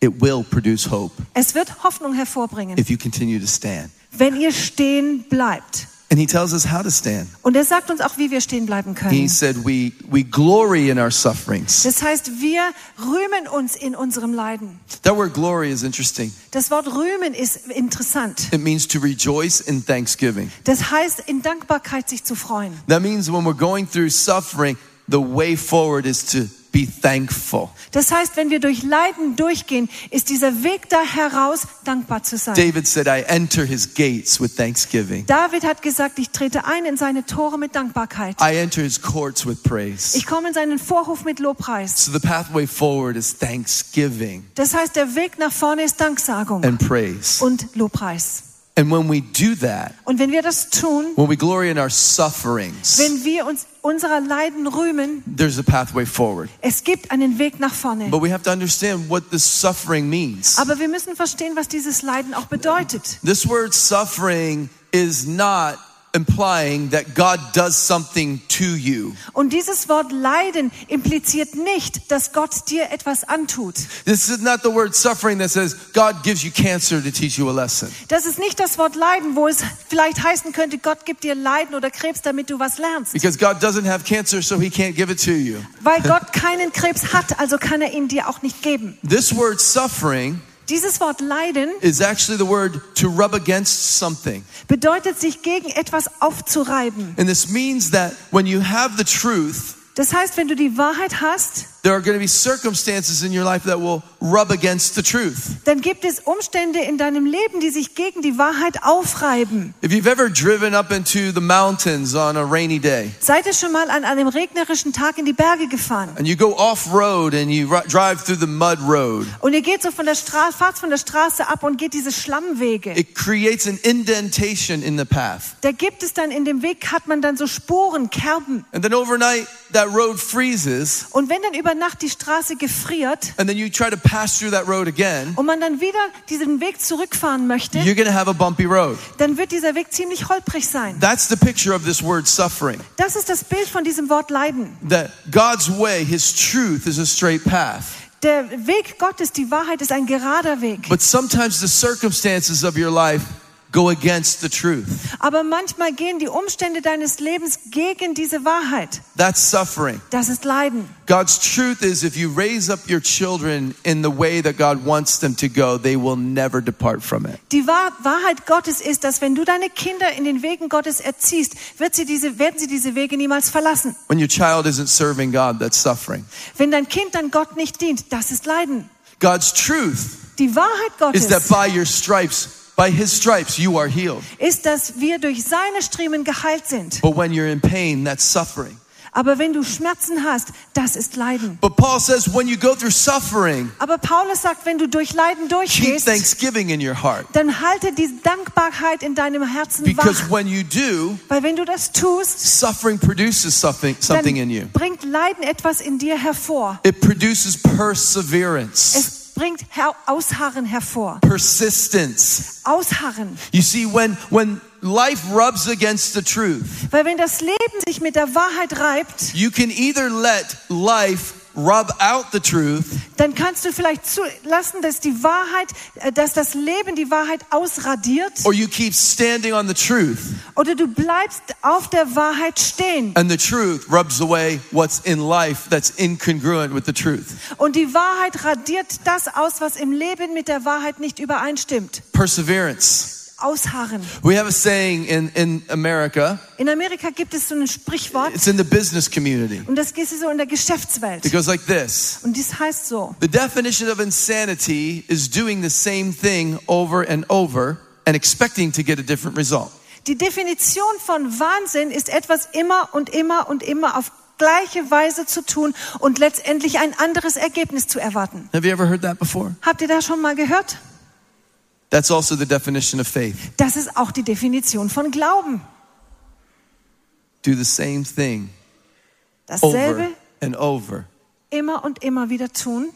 [SPEAKER 2] it will produce hope
[SPEAKER 3] es wird Hoffnung hervorbringen,
[SPEAKER 2] if you continue to stand.
[SPEAKER 3] wenn ihr stehen bleibt.
[SPEAKER 2] And he tells us how to stand.
[SPEAKER 3] Und er sagt uns auch, wie wir stehen bleiben
[SPEAKER 2] He
[SPEAKER 3] können.
[SPEAKER 2] said, We, we glory in our sufferings.
[SPEAKER 3] Das heißt, wir rühmen uns in unserem Leiden.
[SPEAKER 2] That word glory is interesting.
[SPEAKER 3] Das Wort rühmen ist interessant.
[SPEAKER 2] It means to rejoice in thanksgiving.
[SPEAKER 3] Das heißt, in Dankbarkeit sich zu freuen.
[SPEAKER 2] That means when we're going through suffering, the way forward is to be thankful.
[SPEAKER 3] Das heißt, wenn wir durch Leiden durchgehen, ist dieser Weg da heraus, dankbar zu sein.
[SPEAKER 2] David said, I enter his gates with thanksgiving.
[SPEAKER 3] David hat gesagt, ich trete ein in seine Tore mit Dankbarkeit.
[SPEAKER 2] I enter his courts with praise.
[SPEAKER 3] Ich komme in seinen Vorhof mit Lobpreis.
[SPEAKER 2] So the pathway forward is thanksgiving
[SPEAKER 3] Das heißt, der Weg nach vorne ist Danksagung
[SPEAKER 2] and praise.
[SPEAKER 3] und Lobpreis.
[SPEAKER 2] And when we do that,
[SPEAKER 3] Und wenn wir das tun,
[SPEAKER 2] when we glory in our sufferings,
[SPEAKER 3] wenn wir uns unserer Leiden rühmen,
[SPEAKER 2] there's a pathway forward.
[SPEAKER 3] es gibt einen Weg nach vorne.
[SPEAKER 2] But we have to understand what this suffering means.
[SPEAKER 3] Aber wir müssen verstehen, was dieses Leiden auch bedeutet.
[SPEAKER 2] This word suffering is not implying that God does something to you.
[SPEAKER 3] Und dieses Wort Leiden impliziert nicht, dass Gott dir etwas antut.
[SPEAKER 2] This is not the word suffering that says God gives you cancer to teach you a lesson.
[SPEAKER 3] Das ist nicht das Wort Leiden, wo es vielleicht heißen könnte, Gott gibt dir Leiden oder Krebs, damit du was lernst.
[SPEAKER 2] Because God doesn't have cancer, so he can't give it to you.
[SPEAKER 3] Weil Gott keinen Krebs hat, also kann er ihn dir auch nicht geben.
[SPEAKER 2] This word suffering
[SPEAKER 3] Dieses Wort Leiden
[SPEAKER 2] is actually the word to rub against something.
[SPEAKER 3] bedeutet, sich gegen etwas aufzureiben.
[SPEAKER 2] And this means that when you have the truth,
[SPEAKER 3] Das heißt, wenn du die Wahrheit hast,
[SPEAKER 2] there are going to be circumstances in your life that will rub against the truth.
[SPEAKER 3] dann gibt es Umstände in deinem Leben, die sich gegen die Wahrheit aufreiben.
[SPEAKER 2] If you've ever driven up into the mountains on a rainy day
[SPEAKER 3] Seid ihr schon mal an einem regnerischen Tag in die Berge gefahren?
[SPEAKER 2] and you go off road and you ri- drive through the mud road,
[SPEAKER 3] Und ihr geht so von der Straße, fahrt von der Straße ab und geht diese Schlammwege.
[SPEAKER 2] it creates an indentation in the path.
[SPEAKER 3] Da gibt es dann in dem Weg, hat man dann so Spuren, Kerben.
[SPEAKER 2] And then overnight, that road freezes,
[SPEAKER 3] Und wenn dann über Nacht die Straße gefriert
[SPEAKER 2] and then you try to pass through that road again,
[SPEAKER 3] und man dann wieder diesen Weg zurückfahren möchte,
[SPEAKER 2] you're going to have a bumpy road.
[SPEAKER 3] dann wird dieser Weg ziemlich holprig sein.
[SPEAKER 2] That's the picture of this word suffering.
[SPEAKER 3] Das ist das Bild von diesem Wort Leiden.
[SPEAKER 2] That God's way, His truth, is a straight path.
[SPEAKER 3] Der Weg Gottes, die Wahrheit, ist ein gerader Weg.
[SPEAKER 2] But sometimes the circumstances of your life go against the truth.
[SPEAKER 3] Aber manchmal gehen die Umstände deines Lebens gegen diese Wahrheit.
[SPEAKER 2] That's suffering.
[SPEAKER 3] Das ist Leiden.
[SPEAKER 2] God's truth is if you raise up your children in the way that God wants them to go, they will never depart from it.
[SPEAKER 3] Die Wahr Wahrheit Gottes ist, dass wenn du deine Kinder in den Wegen Gottes erziehst, wird sie diese, werden sie diese Wege niemals verlassen.
[SPEAKER 2] When your child isn't serving God, that's suffering.
[SPEAKER 3] Wenn dein Kind dann Gott nicht dient, das ist Leiden.
[SPEAKER 2] God's truth
[SPEAKER 3] Die Wahrheit
[SPEAKER 2] is that
[SPEAKER 3] Gottes
[SPEAKER 2] by your stripes, by His stripes, you are healed.
[SPEAKER 3] ist, dass wir durch seine Striemen geheilt sind.
[SPEAKER 2] But when you're in pain, that's suffering.
[SPEAKER 3] Aber wenn du Schmerzen hast, das ist Leiden.
[SPEAKER 2] But Paul says when you go through suffering,
[SPEAKER 3] Aber Paulus sagt, wenn du durch
[SPEAKER 2] keep
[SPEAKER 3] Leiden durchgehst,
[SPEAKER 2] thanksgiving in your heart.
[SPEAKER 3] dann halte die Dankbarkeit in deinem Herzen
[SPEAKER 2] Because
[SPEAKER 3] wach.
[SPEAKER 2] when you do,
[SPEAKER 3] Weil wenn du das tust,
[SPEAKER 2] suffering produces something, something in
[SPEAKER 3] dann
[SPEAKER 2] you.
[SPEAKER 3] bringt Leiden etwas in dir hervor.
[SPEAKER 2] It produces perseverance,
[SPEAKER 3] Es bringt Her Ausharren hervor.
[SPEAKER 2] persistence.
[SPEAKER 3] Ausharren.
[SPEAKER 2] You see, when when life rubs against the truth,
[SPEAKER 3] Weil wenn das Leben sich mit der Wahrheit reibt,
[SPEAKER 2] you can either let life rub out the truth,
[SPEAKER 3] dann kannst du vielleicht zulassen, dass die Wahrheit, äh, dass das Leben die Wahrheit ausradiert
[SPEAKER 2] or you keep standing on the truth,
[SPEAKER 3] oder du bleibst auf der Wahrheit stehen.
[SPEAKER 2] and the truth rubs away what's in life that's incongruent with the truth.
[SPEAKER 3] Und die Wahrheit radiert das aus, was im Leben mit der Wahrheit nicht übereinstimmt.
[SPEAKER 2] Perseverance.
[SPEAKER 3] Ausharren.
[SPEAKER 2] We have a saying in, in America,
[SPEAKER 3] In Amerika gibt es so ein Sprichwort
[SPEAKER 2] it's in the business community.
[SPEAKER 3] und das ist so in der Geschäftswelt.
[SPEAKER 2] It goes like this.
[SPEAKER 3] Und dies heißt so.
[SPEAKER 2] The definition of insanity is doing the same thing over and over and expecting to get a different result.
[SPEAKER 3] Die Definition von Wahnsinn ist etwas immer und immer und immer auf gleiche Weise zu tun und letztendlich ein anderes Ergebnis zu erwarten.
[SPEAKER 2] Have you ever heard that before?
[SPEAKER 3] Habt ihr das schon mal gehört?
[SPEAKER 2] That's also the definition of faith.
[SPEAKER 3] Das ist auch die Definition von Glauben.
[SPEAKER 2] Do the same thing
[SPEAKER 3] Dasselbe
[SPEAKER 2] over and over.
[SPEAKER 3] immer und immer wieder tun.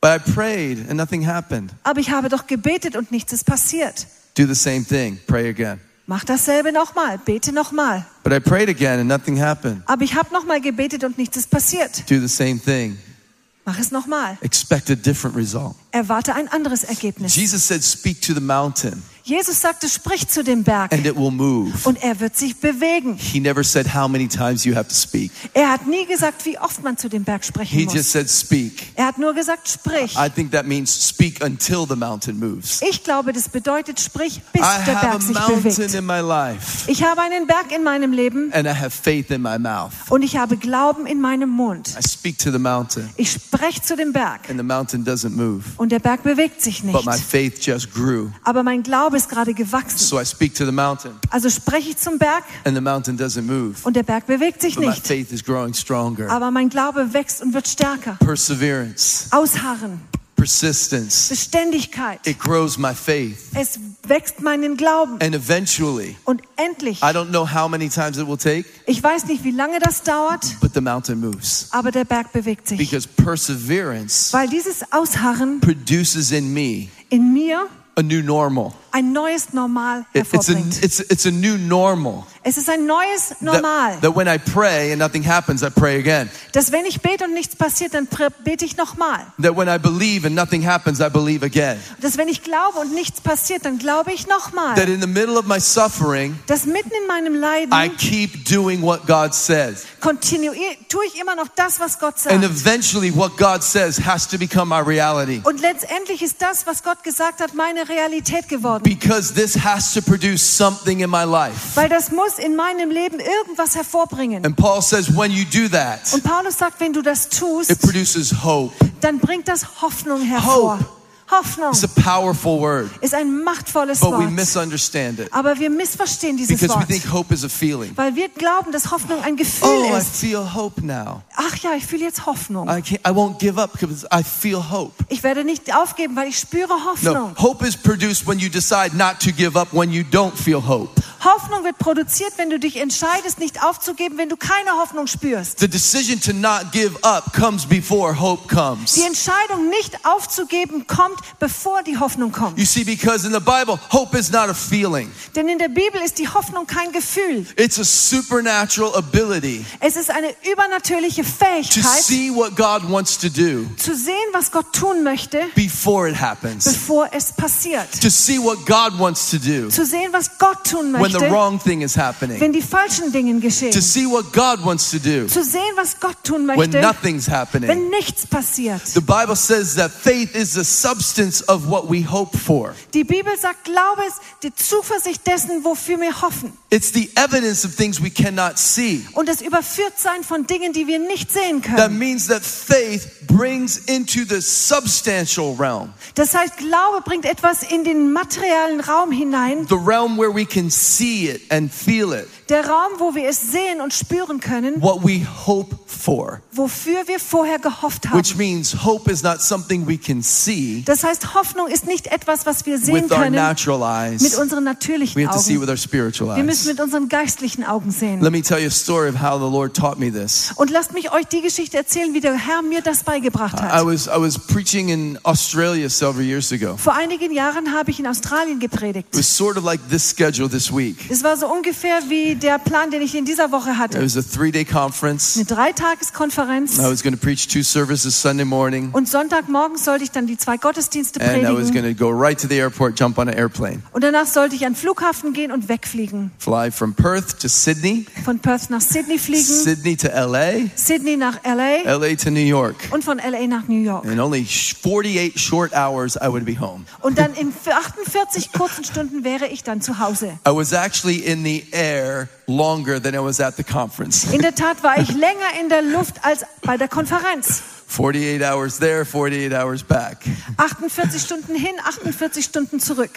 [SPEAKER 2] But I prayed and nothing happened.
[SPEAKER 3] Aber ich habe doch gebetet und nichts ist passiert.
[SPEAKER 2] Do the same thing, pray again.
[SPEAKER 3] Mach dasselbe nochmal, bete nochmal.
[SPEAKER 2] But I prayed again and nothing happened.
[SPEAKER 3] Aber ich habe nochmal gebetet und nichts ist passiert.
[SPEAKER 2] Do the same thing,
[SPEAKER 3] Mach es nochmal.
[SPEAKER 2] expect a different result.
[SPEAKER 3] Erwarte ein anderes Ergebnis.
[SPEAKER 2] Jesus said, Speak to the mountain
[SPEAKER 3] Jesus sagte, sprich zu dem Berg
[SPEAKER 2] and it will move.
[SPEAKER 3] und er wird sich bewegen.
[SPEAKER 2] He never said how many times you have to speak,
[SPEAKER 3] Er hat nie gesagt, wie oft man zu dem Berg sprechen
[SPEAKER 2] He
[SPEAKER 3] muss.
[SPEAKER 2] just said, Speak.
[SPEAKER 3] er hat nur gesagt, sprich.
[SPEAKER 2] I think that means speak until the mountain moves.
[SPEAKER 3] ich glaube, das bedeutet, sprich, bis
[SPEAKER 2] I
[SPEAKER 3] der Berg
[SPEAKER 2] have a
[SPEAKER 3] sich
[SPEAKER 2] mountain
[SPEAKER 3] bewegt.
[SPEAKER 2] in my life,
[SPEAKER 3] Ich habe einen Berg in meinem Leben
[SPEAKER 2] and I have faith in my mouth.
[SPEAKER 3] und ich habe Glauben in meinem Mund.
[SPEAKER 2] I speak to the mountain,
[SPEAKER 3] Ich spreche zu dem Berg
[SPEAKER 2] and the mountain doesn't move.
[SPEAKER 3] und der Berg bewegt sich
[SPEAKER 2] But my
[SPEAKER 3] nicht.
[SPEAKER 2] faith just grew.
[SPEAKER 3] Aber mein Glaube ist gerade gewachsen.
[SPEAKER 2] So I speak to the mountain,
[SPEAKER 3] Also spreche ich zum Berg
[SPEAKER 2] and the mountain doesn't move.
[SPEAKER 3] und der Berg bewegt sich
[SPEAKER 2] But my
[SPEAKER 3] nicht.
[SPEAKER 2] faith is growing stronger.
[SPEAKER 3] Aber mein Glaube wächst und wird stärker.
[SPEAKER 2] Perseverance.
[SPEAKER 3] Ausharren.
[SPEAKER 2] persistence.
[SPEAKER 3] Beständigkeit.
[SPEAKER 2] It grows my faith.
[SPEAKER 3] Es wächst meinen Glauben.
[SPEAKER 2] And eventually,
[SPEAKER 3] Und endlich,
[SPEAKER 2] I don't know how many times it will take,
[SPEAKER 3] ich weiß nicht, wie lange das dauert,
[SPEAKER 2] but the mountain moves.
[SPEAKER 3] aber der Berg bewegt sich.
[SPEAKER 2] Because perseverance
[SPEAKER 3] Weil dieses Ausharren
[SPEAKER 2] produces in me
[SPEAKER 3] in mir
[SPEAKER 2] a new normal.
[SPEAKER 3] ein neues Normal
[SPEAKER 2] It- It's a,
[SPEAKER 3] hervorbringt.
[SPEAKER 2] it's, it's a new normal.
[SPEAKER 3] Es ist ein neues
[SPEAKER 2] that-
[SPEAKER 3] Normal,
[SPEAKER 2] that when I pray and nothing happens, I pray again.
[SPEAKER 3] dass wenn ich bete und nichts passiert, dann pre- bete ich nochmal.
[SPEAKER 2] That when I believe and nothing happens, I believe again.
[SPEAKER 3] Dass wenn ich glaube und nichts passiert, dann glaube ich
[SPEAKER 2] That
[SPEAKER 3] nochmal.
[SPEAKER 2] in the middle of my suffering,
[SPEAKER 3] Dass mitten in meinem
[SPEAKER 2] I
[SPEAKER 3] Leiden
[SPEAKER 2] keep doing what God says.
[SPEAKER 3] kontinuier tue ich immer noch das, was Gott
[SPEAKER 2] And
[SPEAKER 3] sagt.
[SPEAKER 2] eventually, what God says has to become my reality.
[SPEAKER 3] Und letztendlich ist das, was Gott gesagt hat, meine Realität geworden.
[SPEAKER 2] Because this has to produce something in my life.
[SPEAKER 3] Weil das muss in meinem Leben irgendwas hervorbringen.
[SPEAKER 2] And Paul says, when you do that,
[SPEAKER 3] Und Paulus sagt, wenn du das
[SPEAKER 2] it
[SPEAKER 3] tust,
[SPEAKER 2] produces hope.
[SPEAKER 3] dann bringt das Hoffnung hervor.
[SPEAKER 2] Hope.
[SPEAKER 3] Hoffnung
[SPEAKER 2] It's a powerful word,
[SPEAKER 3] ist ein machtvolles
[SPEAKER 2] but we
[SPEAKER 3] Wort.
[SPEAKER 2] misunderstand it
[SPEAKER 3] Aber wir missverstehen dieses
[SPEAKER 2] because we
[SPEAKER 3] Wort,
[SPEAKER 2] think hope is a feeling.
[SPEAKER 3] weil wir glauben, dass Hoffnung ein Gefühl
[SPEAKER 2] Oh, I
[SPEAKER 3] ist.
[SPEAKER 2] feel hope now.
[SPEAKER 3] Ach ja, ich fühle jetzt Hoffnung.
[SPEAKER 2] I, can't, I won't give up because I feel hope.
[SPEAKER 3] Ich werde nicht aufgeben, weil ich spüre
[SPEAKER 2] No,
[SPEAKER 3] Hoffnung.
[SPEAKER 2] hope is produced when you decide not to give up when you don't feel hope.
[SPEAKER 3] Hoffnung wird produziert, wenn du dich entscheidest, nicht aufzugeben, wenn du keine Hoffnung spürst.
[SPEAKER 2] The decision to not give up comes before hope comes.
[SPEAKER 3] Die Entscheidung, nicht aufzugeben, kommt, bevor die Hoffnung kommt.
[SPEAKER 2] You see, because in the Bible, hope is not a feeling,
[SPEAKER 3] Denn in der Bibel ist die Hoffnung kein Gefühl.
[SPEAKER 2] it's a supernatural ability
[SPEAKER 3] Es ist eine übernatürliche
[SPEAKER 2] to
[SPEAKER 3] Fähigkeit,
[SPEAKER 2] see what God wants to do
[SPEAKER 3] zu sehen, was Gott tun möchte,
[SPEAKER 2] before it happens,
[SPEAKER 3] bevor es passiert.
[SPEAKER 2] to see what God wants to do
[SPEAKER 3] Zu sehen, was Gott tun
[SPEAKER 2] when the
[SPEAKER 3] möchte,
[SPEAKER 2] wrong thing is happening,
[SPEAKER 3] wenn die falschen Dinge
[SPEAKER 2] to
[SPEAKER 3] geschehen.
[SPEAKER 2] see what God wants to do
[SPEAKER 3] Zu sehen, was Gott tun
[SPEAKER 2] when
[SPEAKER 3] möchte,
[SPEAKER 2] nothing's happening.
[SPEAKER 3] wenn nichts passiert.
[SPEAKER 2] The Bible says that faith is the substance of what we hope for.
[SPEAKER 3] Die Bibel sagt, Glaube ist die Zuversicht dessen, wofür wir hoffen.
[SPEAKER 2] It's the evidence of things we cannot see.
[SPEAKER 3] Und das Überführtsein von Dingen, die wir nicht sehen
[SPEAKER 2] That
[SPEAKER 3] können.
[SPEAKER 2] means that faith brings into the substantial realm,
[SPEAKER 3] Das heißt, Glaube bringt etwas in den materialen Raum hinein,
[SPEAKER 2] the realm where we can see it and feel it,
[SPEAKER 3] der Raum, wo wir es sehen und spüren können,
[SPEAKER 2] what we hope for.
[SPEAKER 3] wofür wir vorher gehofft haben.
[SPEAKER 2] Which means hope is not something we can see
[SPEAKER 3] Das heißt, Hoffnung ist nicht etwas, was wir sehen
[SPEAKER 2] with our
[SPEAKER 3] können
[SPEAKER 2] natural
[SPEAKER 3] mit
[SPEAKER 2] eyes.
[SPEAKER 3] unseren natürlichen
[SPEAKER 2] We have to see
[SPEAKER 3] Augen.
[SPEAKER 2] with our spiritual
[SPEAKER 3] Wir müssen
[SPEAKER 2] eyes.
[SPEAKER 3] mit unseren geistlichen Augen sehen.
[SPEAKER 2] Let me tell you a story of how the Lord taught me this.
[SPEAKER 3] Und lasst mich euch die Geschichte erzählen, wie der Herr mir das beigebracht
[SPEAKER 2] I
[SPEAKER 3] hat.
[SPEAKER 2] was I was preaching in Australia several years ago.
[SPEAKER 3] Vor einigen Jahren habe ich in Australien
[SPEAKER 2] It
[SPEAKER 3] gepredigt.
[SPEAKER 2] was sort of like this schedule this week.
[SPEAKER 3] Es war so ungefähr wie der Plan, den ich in dieser Woche
[SPEAKER 2] It
[SPEAKER 3] hatte.
[SPEAKER 2] was a three-day conference.
[SPEAKER 3] Eine Dreitageskonferenz
[SPEAKER 2] I was going to preach two services Sunday morning,
[SPEAKER 3] und Sonntagmorgens sollte ich dann die zwei Gottesdienste
[SPEAKER 2] and I was
[SPEAKER 3] predigen
[SPEAKER 2] going to go right to the airport, jump on an airplane,
[SPEAKER 3] und danach sollte ich an den Flughafen gehen und wegfliegen.
[SPEAKER 2] fly from Perth to Sydney,
[SPEAKER 3] Von Perth nach Sydney fliegen,
[SPEAKER 2] Sydney to LA,
[SPEAKER 3] Sydney nach LA
[SPEAKER 2] LA to New York.
[SPEAKER 3] und von LA nach New York.
[SPEAKER 2] In only sh- 48 short hours, I would be home.
[SPEAKER 3] Und dann in 48 kurzen Stunden wäre ich dann zu Hause.
[SPEAKER 2] I was actually in the air longer than I was at the conference.
[SPEAKER 3] In der Tat war ich länger in der Luft als bei der Konferenz.
[SPEAKER 2] 48 hours there, 48 hours back.
[SPEAKER 3] 48 Stunden hin, 48 Stunden zurück.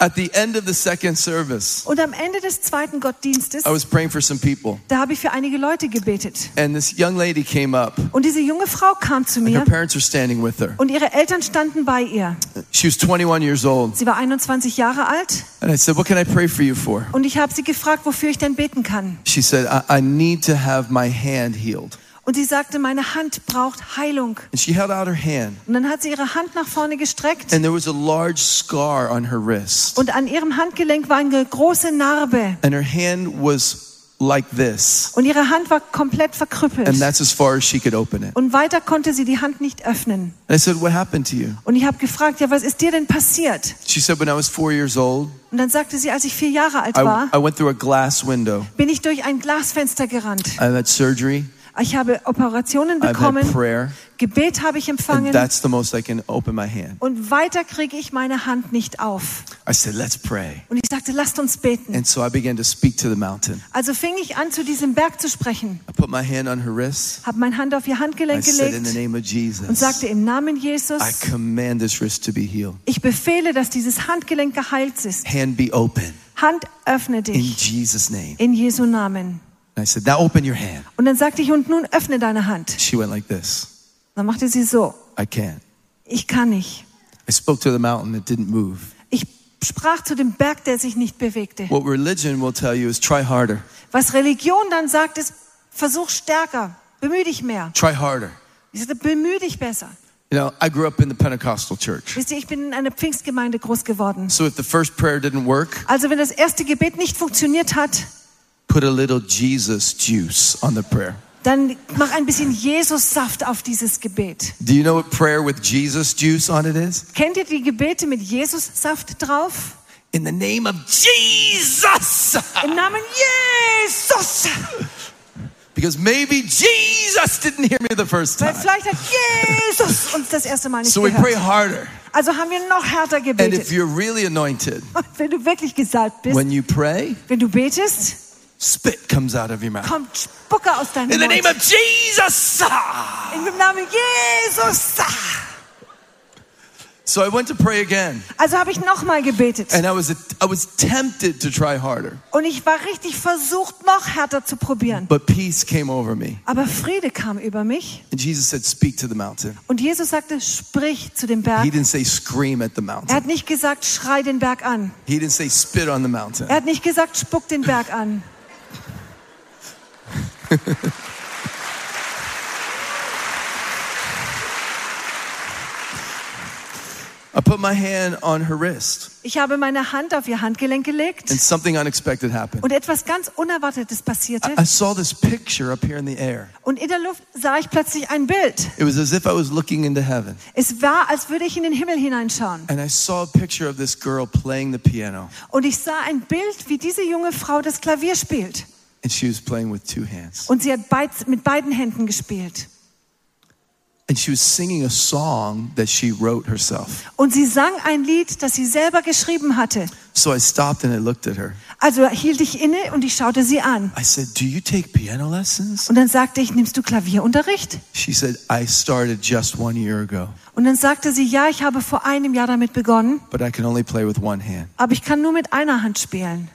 [SPEAKER 2] At the end of the second service,
[SPEAKER 3] Und am Ende des zweiten Gottdienstes,
[SPEAKER 2] I was praying for some people,
[SPEAKER 3] da habe ich für einige Leute gebetet.
[SPEAKER 2] and this young lady came up.
[SPEAKER 3] Und diese junge Frau kam zu
[SPEAKER 2] Her
[SPEAKER 3] mir
[SPEAKER 2] parents were standing with her.
[SPEAKER 3] und ihre Eltern standen bei ihr.
[SPEAKER 2] She was 21 years old,
[SPEAKER 3] Sie war 21 Jahre alt
[SPEAKER 2] and I said, What can I pray for you for?
[SPEAKER 3] und ich habe sie gefragt, wofür ich denn beten kann.
[SPEAKER 2] She said, I, I need to have my hand healed.
[SPEAKER 3] Und sie sagte, meine Hand braucht Heilung.
[SPEAKER 2] And she held out her hand,
[SPEAKER 3] Und dann hat sie ihre Hand nach vorne gestreckt
[SPEAKER 2] and there was a large scar on her wrist.
[SPEAKER 3] und an ihrem Handgelenk war eine große Narbe.
[SPEAKER 2] And her hand was like this,
[SPEAKER 3] Und ihre Hand war komplett
[SPEAKER 2] and
[SPEAKER 3] verkrüppelt.
[SPEAKER 2] that's as far as she could open it. And
[SPEAKER 3] Und weiter konnte sie die Hand nicht öffnen.
[SPEAKER 2] I said, What happened to you?
[SPEAKER 3] Und ich habe gefragt, ja, was ist dir denn passiert?
[SPEAKER 2] She said, When I was four years old,
[SPEAKER 3] Und dann sagte sie, als ich vier Jahre alt
[SPEAKER 2] I,
[SPEAKER 3] war,
[SPEAKER 2] I went through a glass window.
[SPEAKER 3] bin ich durch ein Glasfenster gerannt.
[SPEAKER 2] I've had surgery,
[SPEAKER 3] Ich habe Operationen
[SPEAKER 2] I've had
[SPEAKER 3] bekommen,
[SPEAKER 2] prayer,
[SPEAKER 3] Gebet habe ich
[SPEAKER 2] and
[SPEAKER 3] empfangen
[SPEAKER 2] that's the most I can open my hand.
[SPEAKER 3] und weiter kriege ich meine Hand nicht auf.
[SPEAKER 2] I said, Let's pray.
[SPEAKER 3] Und ich sagte, lasst uns beten.
[SPEAKER 2] And so I began to speak to the mountain.
[SPEAKER 3] Also fing ich an, zu diesem Berg zu sprechen,
[SPEAKER 2] I put my hand on her wrist.
[SPEAKER 3] habe meine Hand auf ihr
[SPEAKER 2] I
[SPEAKER 3] Handgelenk
[SPEAKER 2] said, In the
[SPEAKER 3] gelegt
[SPEAKER 2] name of
[SPEAKER 3] und sagte,
[SPEAKER 2] Jesus,
[SPEAKER 3] im Namen
[SPEAKER 2] I
[SPEAKER 3] Jesus,
[SPEAKER 2] command this wrist to be healed.
[SPEAKER 3] ich befehle, dass dieses Handgelenk geheilt ist.
[SPEAKER 2] hand be open
[SPEAKER 3] Hand, öffne
[SPEAKER 2] in
[SPEAKER 3] dich
[SPEAKER 2] Jesus' name.
[SPEAKER 3] in Jesu Namen.
[SPEAKER 2] And I said, Now open your hand.
[SPEAKER 3] Und dann sagte ich, und nun öffne deine Hand.
[SPEAKER 2] She went like this
[SPEAKER 3] Dann machte sie so.
[SPEAKER 2] I can't.
[SPEAKER 3] Ich kann nicht.
[SPEAKER 2] I spoke to the mountain, it didn't move.
[SPEAKER 3] Ich sprach zu dem Berg, der sich nicht bewegte.
[SPEAKER 2] What religion will tell you is try harder,
[SPEAKER 3] Was Religion dann sagt, ist, versuch stärker, bemüh dich mehr.
[SPEAKER 2] try harder.
[SPEAKER 3] Ich sagte, bemüh dich besser.
[SPEAKER 2] You know, I grew up in the Pentecostal church.
[SPEAKER 3] Wisst ihr, ich bin in einer Pfingstgemeinde groß geworden.
[SPEAKER 2] So if the first prayer didn't work,
[SPEAKER 3] Also wenn das erste Gebet nicht funktioniert hat,
[SPEAKER 2] put a little Jesus juice on the prayer.
[SPEAKER 3] dann mach ein bisschen Jesus-Saft auf dieses Gebet.
[SPEAKER 2] Do you know what prayer with Jesus juice on it is?
[SPEAKER 3] Kennt ihr die Gebete mit Jesus-Saft drauf?
[SPEAKER 2] In the name of Jesus!
[SPEAKER 3] Im Namen Jesus!
[SPEAKER 2] Because maybe Jesus didn't hear me the first
[SPEAKER 3] Weil
[SPEAKER 2] time.
[SPEAKER 3] vielleicht hat Jesus uns das erste Mal nicht
[SPEAKER 2] So we pray
[SPEAKER 3] gehört.
[SPEAKER 2] harder.
[SPEAKER 3] Also haben wir noch härter
[SPEAKER 2] And if
[SPEAKER 3] gebetet.
[SPEAKER 2] you're really anointed,
[SPEAKER 3] Wenn du wirklich gesalbt bist,
[SPEAKER 2] when you pray,
[SPEAKER 3] wenn du betest,
[SPEAKER 2] spit comes out of your mouth.
[SPEAKER 3] kommt Spucke aus deinem
[SPEAKER 2] In the name
[SPEAKER 3] Mund.
[SPEAKER 2] of Jesus!
[SPEAKER 3] Im Namen Jesus!
[SPEAKER 2] So I went to pray again,
[SPEAKER 3] Also habe ich nochmal gebetet.
[SPEAKER 2] and I was, I was tempted to try harder,
[SPEAKER 3] Und ich war richtig versucht, noch härter zu probieren.
[SPEAKER 2] but peace came over me.
[SPEAKER 3] Aber Friede kam über mich.
[SPEAKER 2] And Jesus said, Speak to the mountain.
[SPEAKER 3] Und Jesus sagte, sprich zu dem
[SPEAKER 2] He
[SPEAKER 3] Berg.
[SPEAKER 2] didn't say, Scream at the
[SPEAKER 3] Er
[SPEAKER 2] mountain.
[SPEAKER 3] hat nicht gesagt, schrei den Berg an.
[SPEAKER 2] He didn't say, Spit on the mountain.
[SPEAKER 3] Er hat nicht gesagt, spuck den Berg an.
[SPEAKER 2] I put my hand on her wrist,
[SPEAKER 3] Ich habe meine Hand auf ihr Handgelenk gelegt
[SPEAKER 2] and something unexpected happened.
[SPEAKER 3] und etwas ganz Unerwartetes passierte.
[SPEAKER 2] I saw this picture up here in the air.
[SPEAKER 3] Und in der Luft sah ich plötzlich ein Bild.
[SPEAKER 2] It was as if I was looking into heaven.
[SPEAKER 3] Es war, als würde ich in den Himmel hineinschauen.
[SPEAKER 2] And I saw a picture of this girl playing the piano,
[SPEAKER 3] Und ich sah ein Bild, wie diese junge Frau das Klavier spielt.
[SPEAKER 2] and she was playing with two hands.
[SPEAKER 3] Und sie hat beid, mit beiden Händen gespielt.
[SPEAKER 2] And she was singing a song that she wrote herself.
[SPEAKER 3] Und sie sang ein Lied, das sie selber geschrieben hatte.
[SPEAKER 2] So I stopped and I looked at her.
[SPEAKER 3] Also hielt ich inne und ich schaute sie an.
[SPEAKER 2] I said, Do you take piano lessons?
[SPEAKER 3] Und dann sagte ich, nimmst du Klavierunterricht?
[SPEAKER 2] She said, I started just one year ago,
[SPEAKER 3] Und dann sagte sie, ja, ich habe vor einem Jahr damit begonnen,
[SPEAKER 2] but I can only play with one hand.
[SPEAKER 3] aber ich kann nur mit einer Hand spielen.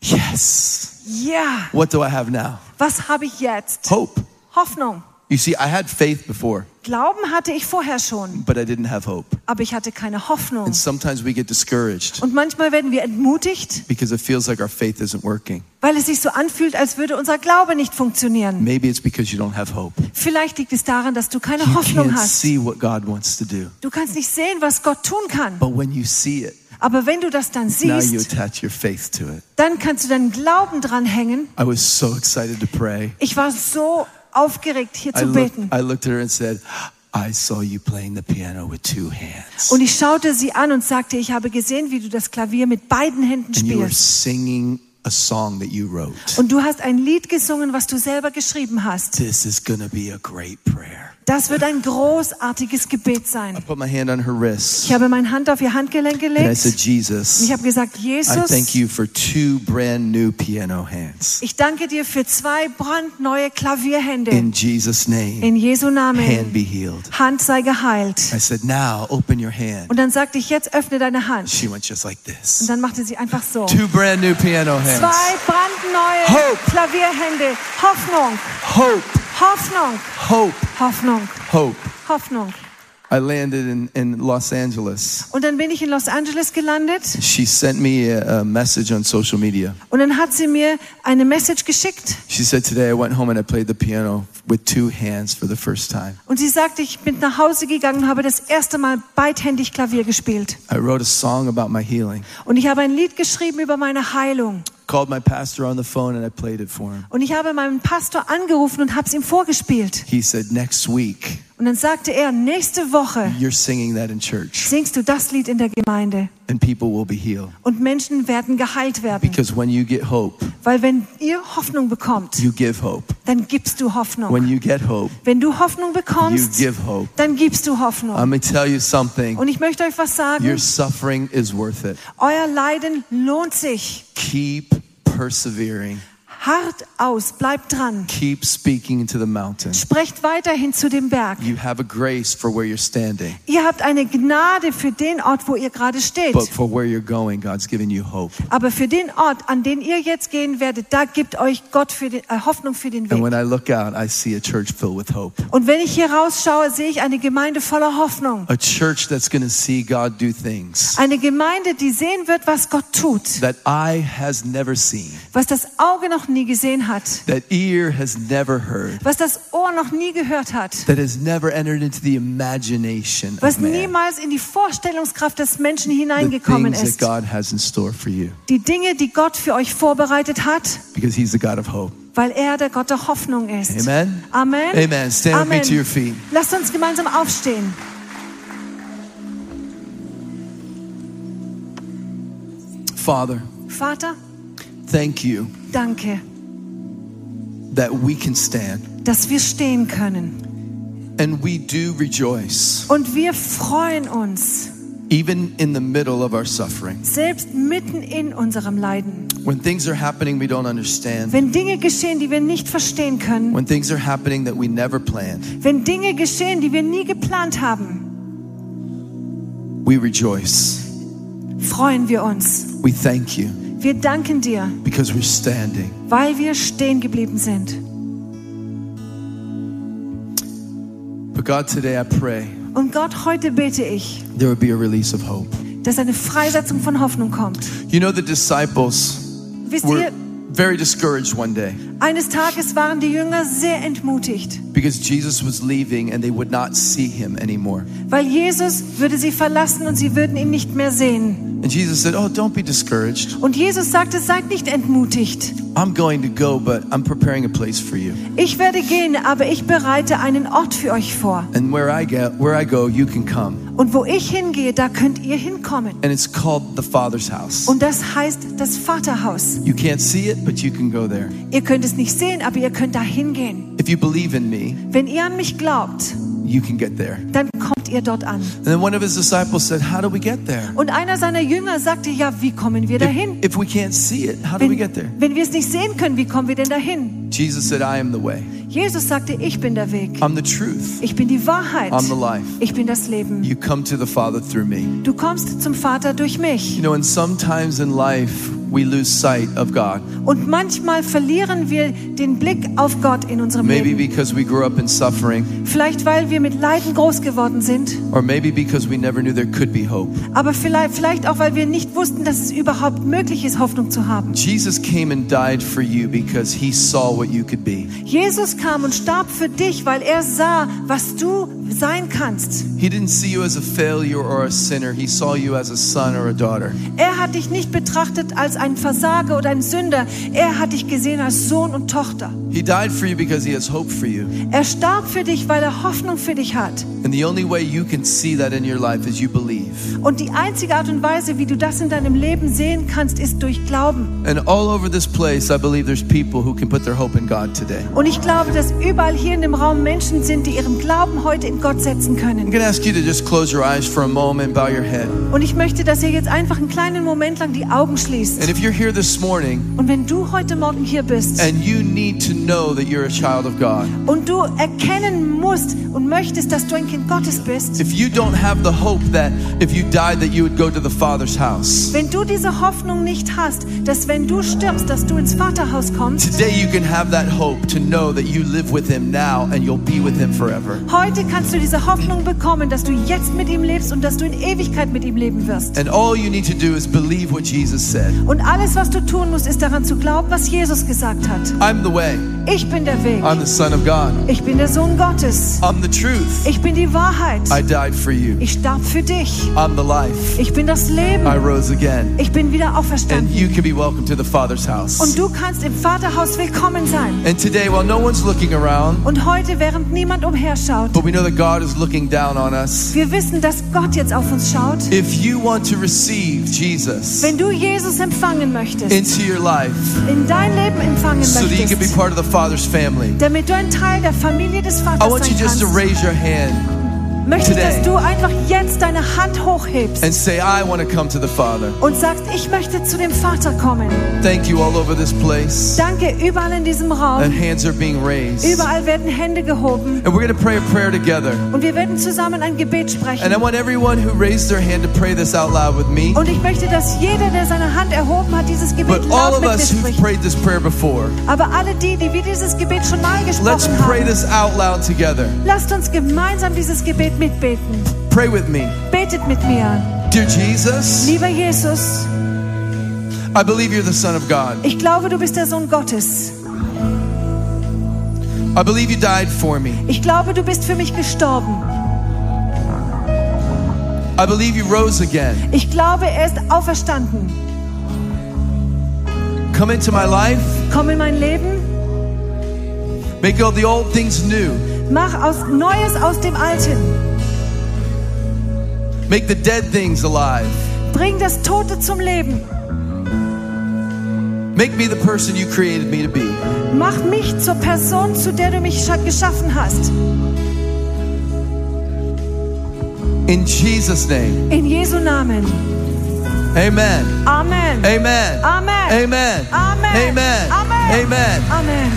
[SPEAKER 2] Yes.
[SPEAKER 3] Ja,
[SPEAKER 2] What do I have now?
[SPEAKER 3] was habe ich jetzt?
[SPEAKER 2] Hope.
[SPEAKER 3] Hoffnung.
[SPEAKER 2] You see, I had faith before,
[SPEAKER 3] Glauben hatte ich vorher schon,
[SPEAKER 2] but I didn't have hope.
[SPEAKER 3] aber ich hatte keine Hoffnung.
[SPEAKER 2] And sometimes we get discouraged
[SPEAKER 3] Und manchmal werden wir entmutigt,
[SPEAKER 2] because it feels like our faith isn't working.
[SPEAKER 3] weil es sich so anfühlt, als würde unser Glaube nicht funktionieren.
[SPEAKER 2] Maybe it's because you don't have hope.
[SPEAKER 3] Vielleicht liegt es daran, dass du keine
[SPEAKER 2] You
[SPEAKER 3] Hoffnung
[SPEAKER 2] can't
[SPEAKER 3] hast.
[SPEAKER 2] see what God wants to do.
[SPEAKER 3] Du kannst nicht sehen, was Gott tun kann.
[SPEAKER 2] But when you see it,
[SPEAKER 3] Aber wenn du das dann
[SPEAKER 2] Oh. now you
[SPEAKER 3] siehst,
[SPEAKER 2] attach your faith to it.
[SPEAKER 3] dann kannst du deinen Glauben dranhängen.
[SPEAKER 2] I was so excited to pray.
[SPEAKER 3] Ich war so aufgeregt, hier
[SPEAKER 2] I
[SPEAKER 3] zu
[SPEAKER 2] looked,
[SPEAKER 3] beten.
[SPEAKER 2] I looked at her and said, I saw you playing the piano with two hands.
[SPEAKER 3] Und ich schaute sie an und sagte, ich habe gesehen, wie du das Klavier mit beiden Händen
[SPEAKER 2] And you were
[SPEAKER 3] spielst.
[SPEAKER 2] singing a song that you wrote.
[SPEAKER 3] Und du hast ein Lied gesungen, was du selber geschrieben hast.
[SPEAKER 2] This is going to be a great prayer.
[SPEAKER 3] Das wird ein großartiges Gebet sein.
[SPEAKER 2] Put my hand on her
[SPEAKER 3] Ich
[SPEAKER 2] wrist.
[SPEAKER 3] habe meine Hand auf ihr Handgelenk
[SPEAKER 2] And I
[SPEAKER 3] gelegt.
[SPEAKER 2] said,
[SPEAKER 3] Und
[SPEAKER 2] Jesus,
[SPEAKER 3] ich habe gesagt,
[SPEAKER 2] I
[SPEAKER 3] Jesus,
[SPEAKER 2] thank you for two brand new piano hands.
[SPEAKER 3] Ich danke dir für zwei brandneue Klavierhände.
[SPEAKER 2] In Jesus' name,
[SPEAKER 3] In Jesu
[SPEAKER 2] hand
[SPEAKER 3] Namen.
[SPEAKER 2] be healed.
[SPEAKER 3] Hand sei geheilt.
[SPEAKER 2] I said, now open your hand.
[SPEAKER 3] Und dann sagte ich, jetzt öffne deine Hand.
[SPEAKER 2] She went just like
[SPEAKER 3] Und
[SPEAKER 2] this.
[SPEAKER 3] dann machte sie einfach so.
[SPEAKER 2] Two brand new piano
[SPEAKER 3] Zwei
[SPEAKER 2] hands.
[SPEAKER 3] brandneue
[SPEAKER 2] Hope.
[SPEAKER 3] Klavierhände. Hoffnung,
[SPEAKER 2] Hope,
[SPEAKER 3] Hoffnung,
[SPEAKER 2] hope,
[SPEAKER 3] Hoffnung,
[SPEAKER 2] hope.
[SPEAKER 3] Hoffnung.
[SPEAKER 2] I landed in, in Los Angeles.
[SPEAKER 3] Und dann bin ich in Los Angeles gelandet
[SPEAKER 2] She sent me a, a message on social media.
[SPEAKER 3] und dann hat sie mir eine Message geschickt
[SPEAKER 2] She said, Today I went home and I played the piano with two hands for the first time.
[SPEAKER 3] und sie sagte, ich bin nach Hause gegangen und habe das erste Mal beidhändig Klavier gespielt.
[SPEAKER 2] I wrote a song about my healing,
[SPEAKER 3] Und ich habe ein Lied geschrieben über meine Heilung.
[SPEAKER 2] called my pastor on the phone, and I played it for him.
[SPEAKER 3] Und ich habe meinen Pastor angerufen und habe es ihm vorgespielt.
[SPEAKER 2] He said, Next week,
[SPEAKER 3] Und dann sagte er, nächste Woche
[SPEAKER 2] you're singing that in church,
[SPEAKER 3] singst du das Lied in der Gemeinde
[SPEAKER 2] and people will be healed.
[SPEAKER 3] und Menschen werden geheilt werden.
[SPEAKER 2] Because when you get hope,
[SPEAKER 3] Weil wenn ihr Hoffnung bekommt,
[SPEAKER 2] you give hope.
[SPEAKER 3] dann gibst du Hoffnung.
[SPEAKER 2] When you get hope,
[SPEAKER 3] Wenn du Hoffnung
[SPEAKER 2] you
[SPEAKER 3] bekommst,
[SPEAKER 2] give Um, hope.
[SPEAKER 3] dann gibst du Hoffnung.
[SPEAKER 2] I'm going to tell you something.
[SPEAKER 3] Und ich möchte euch was
[SPEAKER 2] Your
[SPEAKER 3] sagen.
[SPEAKER 2] suffering is worth it.
[SPEAKER 3] Euer Leiden lohnt sich.
[SPEAKER 2] Keep persevering.
[SPEAKER 3] hart aus, bleibt dran.
[SPEAKER 2] Keep speaking into the mountain.
[SPEAKER 3] Sprecht weiterhin zu dem Berg.
[SPEAKER 2] You have a grace for where you're standing,
[SPEAKER 3] Ihr habt eine Gnade für den Ort, wo ihr gerade steht.
[SPEAKER 2] but for where you're going, God's given you hope.
[SPEAKER 3] Aber für den Ort, an den ihr jetzt gehen werdet, da gibt euch Gott für den, äh, Hoffnung für den
[SPEAKER 2] And when
[SPEAKER 3] Weg.
[SPEAKER 2] I look out, I see a church filled with hope.
[SPEAKER 3] Und wenn ich hier rausschaue, sehe ich eine Gemeinde voller Hoffnung.
[SPEAKER 2] A church that's going to see God do things
[SPEAKER 3] Eine Gemeinde, die sehen wird, was Gott tut,
[SPEAKER 2] that eye has never seen,
[SPEAKER 3] was das Auge noch nie gesehen hat,
[SPEAKER 2] that ear has never heard,
[SPEAKER 3] was das Ohr noch nie gehört hat,
[SPEAKER 2] that has never entered into the imagination
[SPEAKER 3] was
[SPEAKER 2] of man.
[SPEAKER 3] niemals in die Vorstellungskraft des Menschen
[SPEAKER 2] The
[SPEAKER 3] hineingekommen
[SPEAKER 2] things that
[SPEAKER 3] ist.
[SPEAKER 2] God has in store for you
[SPEAKER 3] Die Dinge, die Gott für euch vorbereitet hat,
[SPEAKER 2] because He's the God of hope.
[SPEAKER 3] weil er der Gott der Hoffnung ist.
[SPEAKER 2] Amen.
[SPEAKER 3] Amen.
[SPEAKER 2] Amen. Stand with me
[SPEAKER 3] Amen.
[SPEAKER 2] to your feet.
[SPEAKER 3] Lasst uns gemeinsam aufstehen.
[SPEAKER 2] Father,
[SPEAKER 3] Vater,
[SPEAKER 2] thank you
[SPEAKER 3] danke,
[SPEAKER 2] that we can stand
[SPEAKER 3] dass wir stehen können.
[SPEAKER 2] and we do rejoice
[SPEAKER 3] Und wir freuen uns,
[SPEAKER 2] even in the middle of our suffering.
[SPEAKER 3] selbst mitten in unserem Leiden.
[SPEAKER 2] When things are happening we don't understand,
[SPEAKER 3] Wenn Dinge geschehen, die wir nicht verstehen können,
[SPEAKER 2] when things are happening that we never planned,
[SPEAKER 3] Wenn Dinge geschehen, die wir nie geplant haben,
[SPEAKER 2] we rejoice.
[SPEAKER 3] freuen wir uns.
[SPEAKER 2] We thank you
[SPEAKER 3] Wir danken dir,
[SPEAKER 2] because we're standing.
[SPEAKER 3] weil wir stehen geblieben sind.
[SPEAKER 2] But God, today I pray
[SPEAKER 3] Und Gott, heute bete ich,
[SPEAKER 2] there would be a release of hope.
[SPEAKER 3] dass eine Freisetzung von Hoffnung kommt.
[SPEAKER 2] You know, the disciples
[SPEAKER 3] Wisst
[SPEAKER 2] were
[SPEAKER 3] ihr,
[SPEAKER 2] very discouraged one day
[SPEAKER 3] eines Tages waren die Jünger sehr entmutigt,
[SPEAKER 2] because Jesus was leaving and they would not see him anymore.
[SPEAKER 3] weil Jesus würde sie verlassen und sie würden ihn nicht mehr sehen.
[SPEAKER 2] And Jesus said, Oh, don't be discouraged.
[SPEAKER 3] Und Jesus sagte, seid nicht entmutigt.
[SPEAKER 2] I'm going to go, but I'm preparing a place for you.
[SPEAKER 3] Ich werde gehen, aber ich bereite einen Ort für euch vor.
[SPEAKER 2] And where I get, where I go, you can come.
[SPEAKER 3] Und wo ich hingehe, da könnt ihr hinkommen.
[SPEAKER 2] And it's called the Father's house.
[SPEAKER 3] Und das heißt das Vaterhaus.
[SPEAKER 2] You can't see it, but you can go there.
[SPEAKER 3] Ihr könnt es nicht sehen, aber ihr könnt da hingehen.
[SPEAKER 2] If you believe in me,
[SPEAKER 3] Wenn ihr an mich glaubt,
[SPEAKER 2] you can get there.
[SPEAKER 3] dann kommt ihr dort an.
[SPEAKER 2] And then one of his disciples said, How do we get there?
[SPEAKER 3] Und einer seiner Jünger sagte, ja, wie kommen wir dahin?
[SPEAKER 2] If, if we can't see it, how do
[SPEAKER 3] Wenn,
[SPEAKER 2] we get there?
[SPEAKER 3] wenn wir es nicht sehen können, wie kommen wir denn dahin?
[SPEAKER 2] Jesus said, I am the way.
[SPEAKER 3] Jesus sagte, ich bin der Weg.
[SPEAKER 2] I'm the truth.
[SPEAKER 3] Ich bin die Wahrheit.
[SPEAKER 2] I'm the life.
[SPEAKER 3] Ich bin das Leben.
[SPEAKER 2] You come to the Father through me.
[SPEAKER 3] Du kommst zum Vater durch mich.
[SPEAKER 2] You know, and sometimes in life, we lose sight of God.
[SPEAKER 3] Und manchmal verlieren wir den Blick auf Gott in unserem
[SPEAKER 2] Maybe
[SPEAKER 3] Leben.
[SPEAKER 2] because we grew up in suffering,
[SPEAKER 3] Vielleicht, weil wir mit Leiden groß geworden sind,
[SPEAKER 2] or maybe because we never knew there could be hope.
[SPEAKER 3] aber vielleicht, vielleicht auch, weil wir nicht wussten, dass es überhaupt möglich ist, Hoffnung zu haben.
[SPEAKER 2] Jesus came and died for you because he saw what you could be.
[SPEAKER 3] Jesus kam und starb für dich, weil er sah, was du sein kannst.
[SPEAKER 2] He didn't see you as a failure or a sinner. He saw you as a son or a daughter.
[SPEAKER 3] Er hat dich nicht betrachtet als ein Versager oder ein Sünder. Er hat dich gesehen als Sohn und Tochter.
[SPEAKER 2] He died for you because he has hope for you.
[SPEAKER 3] Er starb für dich, weil er Hoffnung für dich hat.
[SPEAKER 2] And the only way you can see that in your life is you believe.
[SPEAKER 3] Und die einzige Art und Weise, wie du das in deinem Leben sehen kannst, ist durch Glauben.
[SPEAKER 2] And all over this place, I believe there's people who can put their hope in God today.
[SPEAKER 3] Und ich glaube, dass überall hier in dem Raum Menschen sind, die ihren Glauben heute in Gott setzen
[SPEAKER 2] I'm
[SPEAKER 3] können.
[SPEAKER 2] going to ask you to just close your eyes for a moment, bow your head. And
[SPEAKER 3] Und ich möchte, dass ihr jetzt einfach einen kleinen Moment lang die Augen schließt.
[SPEAKER 2] if you're here this morning
[SPEAKER 3] Und wenn du heute Morgen hier bist,
[SPEAKER 2] and you need to know that you're a child of God,
[SPEAKER 3] und du erkennen musst und möchtest, dass du ein Kind Gottes bist,
[SPEAKER 2] if you don't have the hope that if you died that you would go to the Father's house,
[SPEAKER 3] wenn du diese Hoffnung nicht hast, dass wenn du stirbst, dass du ins Vaterhaus kommst,
[SPEAKER 2] Today you can have that hope to know that you live with him now and you'll be with him forever.
[SPEAKER 3] heute kannst du diese Hoffnung bekommen, dass du jetzt mit ihm lebst und dass du in Ewigkeit mit ihm leben wirst.
[SPEAKER 2] And all you need to do is believe what Jesus said.
[SPEAKER 3] Und alles, was du tun musst, ist daran zu glauben, was Jesus gesagt hat.
[SPEAKER 2] I'm the way.
[SPEAKER 3] Ich bin der Weg.
[SPEAKER 2] I'm the son of God.
[SPEAKER 3] Ich bin der Sohn Gottes.
[SPEAKER 2] I'm the truth.
[SPEAKER 3] Ich bin die Wahrheit.
[SPEAKER 2] I died for you.
[SPEAKER 3] Ich starb für dich.
[SPEAKER 2] I'm the life.
[SPEAKER 3] Ich bin das
[SPEAKER 2] I
[SPEAKER 3] Leben.
[SPEAKER 2] rose again.
[SPEAKER 3] Ich bin wieder
[SPEAKER 2] And
[SPEAKER 3] auferstanden.
[SPEAKER 2] you can be welcome to the Father's house.
[SPEAKER 3] Und du kannst im Vaterhaus willkommen sein.
[SPEAKER 2] And today while no one's looking around,
[SPEAKER 3] Und heute, während niemand umherschaut,
[SPEAKER 2] but we know that God is looking down on us.
[SPEAKER 3] Wir wissen, dass Gott jetzt auf uns schaut.
[SPEAKER 2] If you want to receive Jesus
[SPEAKER 3] Wenn du Jesus empfangen möchtest,
[SPEAKER 2] into your life
[SPEAKER 3] in dein Leben empfangen
[SPEAKER 2] so that you can be
[SPEAKER 3] möchtest,
[SPEAKER 2] part of the Father's family,
[SPEAKER 3] damit du ein Teil der Familie des
[SPEAKER 2] I
[SPEAKER 3] Vaters
[SPEAKER 2] want you
[SPEAKER 3] sein
[SPEAKER 2] just
[SPEAKER 3] kannst,
[SPEAKER 2] to raise your hand
[SPEAKER 3] möchte ich, dass
[SPEAKER 2] Today.
[SPEAKER 3] du einfach jetzt deine Hand hochhebst
[SPEAKER 2] and say, I want to come to the Father.
[SPEAKER 3] und sagst, ich möchte zu dem Vater kommen.
[SPEAKER 2] Thank you all over this place.
[SPEAKER 3] Danke, überall in diesem
[SPEAKER 2] And
[SPEAKER 3] Raum,
[SPEAKER 2] hands are being raised.
[SPEAKER 3] überall werden Hände gehoben
[SPEAKER 2] And we're going to pray a prayer together.
[SPEAKER 3] und wir werden zusammen ein Gebet
[SPEAKER 2] And
[SPEAKER 3] sprechen.
[SPEAKER 2] I want everyone who raised their hand to pray this out loud with me.
[SPEAKER 3] Und ich möchte, dass jeder, der seine Hand erhoben hat, dieses Gebet
[SPEAKER 2] But all
[SPEAKER 3] laut
[SPEAKER 2] of
[SPEAKER 3] mit
[SPEAKER 2] us
[SPEAKER 3] mir
[SPEAKER 2] who've
[SPEAKER 3] spricht.
[SPEAKER 2] prayed this Oh, prayer before,
[SPEAKER 3] Aber alle die, die wir dieses Gebet schon mal
[SPEAKER 2] let's
[SPEAKER 3] gesprochen
[SPEAKER 2] pray
[SPEAKER 3] haben,
[SPEAKER 2] this out loud together.
[SPEAKER 3] lasst uns gemeinsam dieses Gebet mitbeten.
[SPEAKER 2] Pray with me.
[SPEAKER 3] Betet mit mir.
[SPEAKER 2] Dear Jesus,
[SPEAKER 3] Lieber Jesus,
[SPEAKER 2] I believe you're the Son of God.
[SPEAKER 3] ich glaube, du bist der Sohn Gottes.
[SPEAKER 2] I believe you died for me.
[SPEAKER 3] Ich glaube, du bist für mich gestorben.
[SPEAKER 2] I believe you rose again.
[SPEAKER 3] Ich glaube, er ist auferstanden.
[SPEAKER 2] Come into my life.
[SPEAKER 3] Komm in mein Leben.
[SPEAKER 2] Make all the old things new.
[SPEAKER 3] Mach aus Neues aus dem Alten.
[SPEAKER 2] Make the dead things alive.
[SPEAKER 3] Bring das Tote zum Leben.
[SPEAKER 2] Make me the person you created me to be.
[SPEAKER 3] Mach mich zur Person, zu der du mich scha- geschaffen hast.
[SPEAKER 2] In Jesus' name.
[SPEAKER 3] In Jesu Namen.
[SPEAKER 2] Amen.
[SPEAKER 3] Amen.
[SPEAKER 2] Amen. Amen.
[SPEAKER 3] Amen. Amen.
[SPEAKER 2] Amen.
[SPEAKER 3] Amen.
[SPEAKER 2] Amen.
[SPEAKER 3] Amen.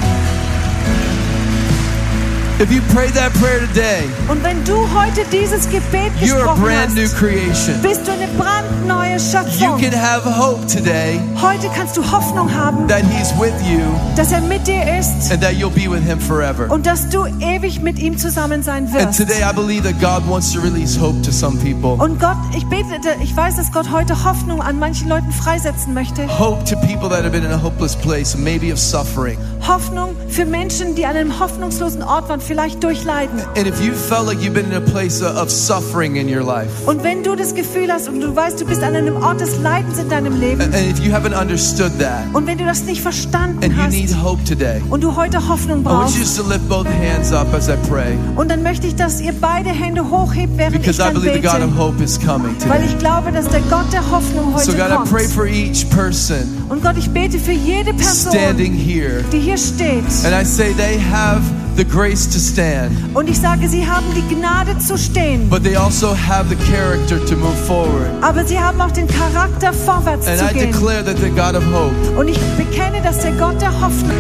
[SPEAKER 2] If you prayed that prayer today,
[SPEAKER 3] Und wenn du heute dieses Gebet
[SPEAKER 2] you're a
[SPEAKER 3] gesprochen
[SPEAKER 2] brand new
[SPEAKER 3] hast,
[SPEAKER 2] creation.
[SPEAKER 3] bist du eine brandneue
[SPEAKER 2] You
[SPEAKER 3] Schöpfung.
[SPEAKER 2] can have hope today
[SPEAKER 3] Heute kannst du Hoffnung haben,
[SPEAKER 2] that He's with you
[SPEAKER 3] dass er mit dir ist
[SPEAKER 2] and that you'll be with Him forever.
[SPEAKER 3] und dass du ewig mit ihm zusammen sein
[SPEAKER 2] And
[SPEAKER 3] wirst.
[SPEAKER 2] today I believe that God wants to release hope to some people.
[SPEAKER 3] Und Gott, ich bete, ich weiß, dass Gott heute Hoffnung an manchen Leuten freisetzen möchte.
[SPEAKER 2] Hope to people that have been in a hopeless place, maybe of suffering.
[SPEAKER 3] Hoffnung für Menschen, die an einem hoffnungslosen Ort waren, vielleicht durchleiden.
[SPEAKER 2] And if you felt like you've been in a place of of suffering in your life,
[SPEAKER 3] Und wenn du das Gefühl hast und du weißt, du bist an einem Ort des Leidens in deinem Leben
[SPEAKER 2] and if you haven't understood that,
[SPEAKER 3] und wenn du das nicht
[SPEAKER 2] and
[SPEAKER 3] verstanden
[SPEAKER 2] you need
[SPEAKER 3] hast
[SPEAKER 2] hope today,
[SPEAKER 3] und du heute Hoffnung
[SPEAKER 2] I want
[SPEAKER 3] brauchst,
[SPEAKER 2] you just to lift both hands up as I pray
[SPEAKER 3] Und dann möchte ich, dass ihr beide Hände hochhebt, während
[SPEAKER 2] because
[SPEAKER 3] ich
[SPEAKER 2] I
[SPEAKER 3] dann
[SPEAKER 2] believe the God of
[SPEAKER 3] bete.
[SPEAKER 2] hope is coming
[SPEAKER 3] Weil
[SPEAKER 2] today.
[SPEAKER 3] ich glaube, dass der Gott der Hoffnung heute
[SPEAKER 2] So, God, I
[SPEAKER 3] kommt.
[SPEAKER 2] pray for each person
[SPEAKER 3] Und Gott, ich bete für jede Person,
[SPEAKER 2] standing here.
[SPEAKER 3] die hier steht.
[SPEAKER 2] And I say they have the grace to stand,
[SPEAKER 3] Und ich sage, sie haben die Gnade zu stehen.
[SPEAKER 2] but they also have the character to move forward.
[SPEAKER 3] Aber sie haben auch den Charakter, vorwärts
[SPEAKER 2] And
[SPEAKER 3] zu
[SPEAKER 2] I
[SPEAKER 3] gehen.
[SPEAKER 2] declare that the God of hope
[SPEAKER 3] Und ich bekenne, dass der Gott der Hoffnung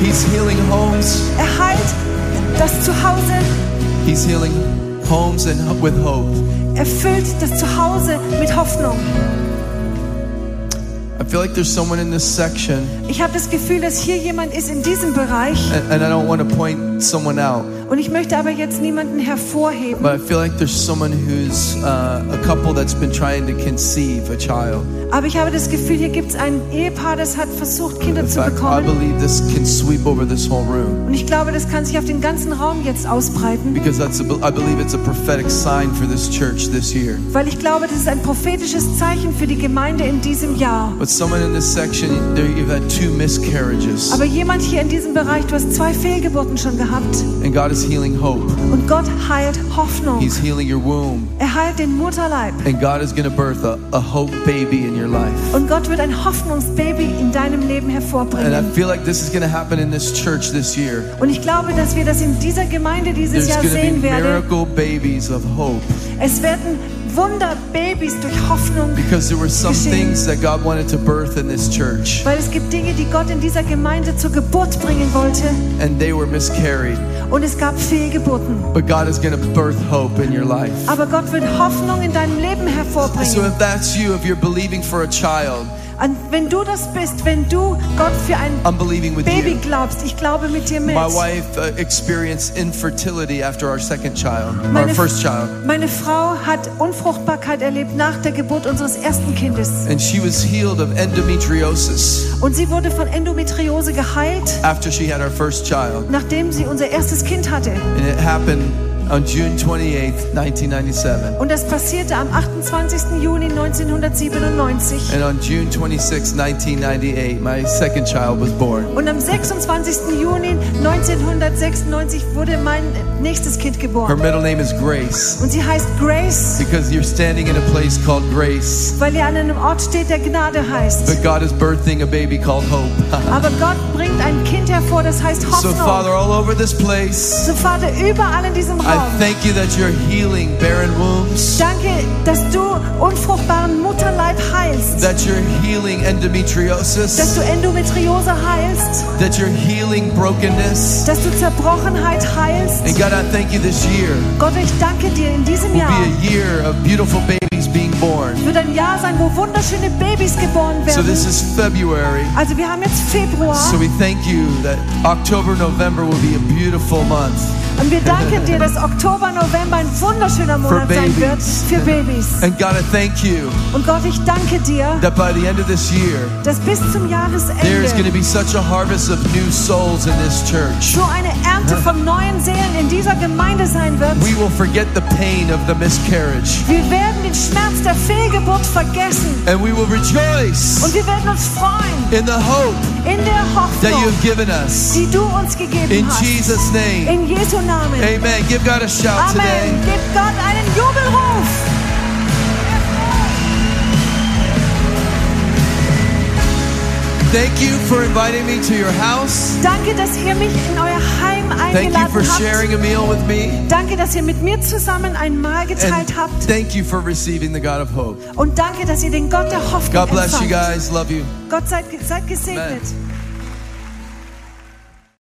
[SPEAKER 2] He's healing homes.
[SPEAKER 3] erheilt, das Zuhause
[SPEAKER 2] He's healing homes and with hope.
[SPEAKER 3] erfüllt, das Zuhause mit Hoffnung.
[SPEAKER 2] I feel like there's someone in this section,
[SPEAKER 3] Ich habe das Gefühl, dass hier jemand ist in diesem Bereich.
[SPEAKER 2] and, and I don't want to point someone out,
[SPEAKER 3] Und ich möchte aber jetzt niemanden hervorheben.
[SPEAKER 2] but I feel like there's someone who's uh, a couple that's been trying to conceive a child.
[SPEAKER 3] Aber ich habe das Gefühl, hier gibt es ein Ehepaar, das hat versucht, Kinder
[SPEAKER 2] In
[SPEAKER 3] zu
[SPEAKER 2] fact, I
[SPEAKER 3] bekommen.
[SPEAKER 2] believe this can sweep over this whole room
[SPEAKER 3] Und ich glaube, das kann sich auf den ganzen Raum jetzt ausbreiten,
[SPEAKER 2] because that's a, I believe it's a prophetic sign for this church this year.
[SPEAKER 3] weil ich glaube, das ist ein prophetisches Zeichen für die Gemeinde in diesem Jahr.
[SPEAKER 2] But someone in this section, there, you've had two miscarriages,
[SPEAKER 3] Aber jemand hier in diesem Bereich, du hast zwei Fehlgeburten schon gehabt
[SPEAKER 2] and God is healing hope.
[SPEAKER 3] und Gott heilt Hoffnung.
[SPEAKER 2] He's healing your womb,
[SPEAKER 3] Er heilt den Mutterleib
[SPEAKER 2] and God is going to birth a, a hope baby in your life.
[SPEAKER 3] und Gott wird ein Hoffnungsbaby in deinem Leben
[SPEAKER 2] And I
[SPEAKER 3] hervorbringen.
[SPEAKER 2] feel like this is going to happen in this church this year.
[SPEAKER 3] Und ich glaube, dass wir das in dieser Gemeinde dieses
[SPEAKER 2] There's
[SPEAKER 3] Jahr
[SPEAKER 2] going to be
[SPEAKER 3] sehen werden.
[SPEAKER 2] miracle babies of hope
[SPEAKER 3] Es werden Wunderbabys durch Hoffnung
[SPEAKER 2] because there were some
[SPEAKER 3] Geschehen.
[SPEAKER 2] things that God wanted to birth in this church
[SPEAKER 3] Weil es gibt Dinge, die Gott in dieser Gemeinde zur Geburt bringen wollte
[SPEAKER 2] and they were miscarried.
[SPEAKER 3] und es gab Fehlgeburten.
[SPEAKER 2] But God is going to birth hope in your life.
[SPEAKER 3] Aber Gott wird Hoffnung in deinem Leben
[SPEAKER 2] So
[SPEAKER 3] hervorbringen.
[SPEAKER 2] if that's you, if you're believing for a child,
[SPEAKER 3] Und wenn du das bist, wenn du Gott für ein
[SPEAKER 2] I'm believing with
[SPEAKER 3] Baby
[SPEAKER 2] you.
[SPEAKER 3] glaubst, ich glaube mit dir mit.
[SPEAKER 2] Um, My wife uh, experienced infertility after our second child, our
[SPEAKER 3] Meine-
[SPEAKER 2] first child.
[SPEAKER 3] Meine Frau hat Unfruchtbarkeit erlebt nach der Geburt unseres ersten Kindes.
[SPEAKER 2] And she was healed of endometriosis
[SPEAKER 3] Und sie wurde von Endometriose geheilt,
[SPEAKER 2] after she had our first child.
[SPEAKER 3] nachdem sie unser erstes Kind hatte.
[SPEAKER 2] And it happened on June 28th, 1997.
[SPEAKER 3] Und das passierte am 28. Juni 1997.
[SPEAKER 2] And on June 26, 1998, my second child was born.
[SPEAKER 3] Und am 26. Juni 1996 wurde mein nächstes Kind
[SPEAKER 2] Her
[SPEAKER 3] geboren.
[SPEAKER 2] middle name is Grace
[SPEAKER 3] Und sie heißt Grace,
[SPEAKER 2] because you're standing in a place called Grace,
[SPEAKER 3] weil ihr an einem Ort steht, der Gnade heißt.
[SPEAKER 2] but God is birthing a baby called Hope.
[SPEAKER 3] Aber Gott bringt ein Kind hervor, das heißt
[SPEAKER 2] so, Father,
[SPEAKER 3] Hoffnung.
[SPEAKER 2] all over this place,
[SPEAKER 3] So Vater, überall in diesem
[SPEAKER 2] I I
[SPEAKER 3] Form.
[SPEAKER 2] thank you that you're healing barren wombs,
[SPEAKER 3] Danke, dass du unfruchtbaren Mutterleib heilst,
[SPEAKER 2] that you're healing
[SPEAKER 3] dass
[SPEAKER 2] endometriosis,
[SPEAKER 3] du Endometriose heilst,
[SPEAKER 2] that you're healing brokenness.
[SPEAKER 3] dass du Zerbrochenheit heilst.
[SPEAKER 2] And God, I thank you this year
[SPEAKER 3] Gott, ich danke dir in diesem
[SPEAKER 2] will
[SPEAKER 3] Jahr.
[SPEAKER 2] be a year of beautiful babies being born.
[SPEAKER 3] Wird ein Jahr sein, wo wunderschöne Babys geboren
[SPEAKER 2] So
[SPEAKER 3] werden.
[SPEAKER 2] this is February.
[SPEAKER 3] Also wir haben jetzt
[SPEAKER 2] So
[SPEAKER 3] Februar
[SPEAKER 2] we thank you that October, November will be a beautiful month.
[SPEAKER 3] und wir danken dir, dass Oktober, November ein wunderschöner Monat sein wird
[SPEAKER 2] babies.
[SPEAKER 3] für Babys.
[SPEAKER 2] And God, I thank you
[SPEAKER 3] Und Gott, ich danke dir,
[SPEAKER 2] that by the end of this year,
[SPEAKER 3] dass bis zum
[SPEAKER 2] there is going
[SPEAKER 3] Jahresende
[SPEAKER 2] to be such a harvest of new souls in this church.
[SPEAKER 3] so eine Ernte von neuen Seelen in dieser Gemeinde sein wird.
[SPEAKER 2] We will forget the pain of the miscarriage
[SPEAKER 3] Wir werden den Schmerz der Fehlgeburt vergessen
[SPEAKER 2] and we will
[SPEAKER 3] und
[SPEAKER 2] rejoice
[SPEAKER 3] wir werden uns freuen
[SPEAKER 2] in the hope
[SPEAKER 3] in der
[SPEAKER 2] that you
[SPEAKER 3] Hoffnung,
[SPEAKER 2] have given us.
[SPEAKER 3] die du uns gegeben
[SPEAKER 2] In
[SPEAKER 3] hast.
[SPEAKER 2] Jesus' name.
[SPEAKER 3] In Jesu Namen.
[SPEAKER 2] Amen. Give God a shout
[SPEAKER 3] Amen.
[SPEAKER 2] today.
[SPEAKER 3] Gebt Gott einen Jubelruf.
[SPEAKER 2] Thank you for inviting me to your house.
[SPEAKER 3] Danke, dass ihr mich in euer Heim
[SPEAKER 2] Thank you for
[SPEAKER 3] eingeladen habt.
[SPEAKER 2] sharing a meal with me.
[SPEAKER 3] Danke, dass ihr mit mir zusammen ein Mahl
[SPEAKER 2] And
[SPEAKER 3] geteilt habt.
[SPEAKER 2] thank you for receiving the God of hope.
[SPEAKER 3] Und danke, dass ihr den Gott der Hoffnung
[SPEAKER 2] God bless you
[SPEAKER 3] empfangt.
[SPEAKER 2] guys. Love you.
[SPEAKER 3] Gott seid, seid gesegnet.
[SPEAKER 2] Amen.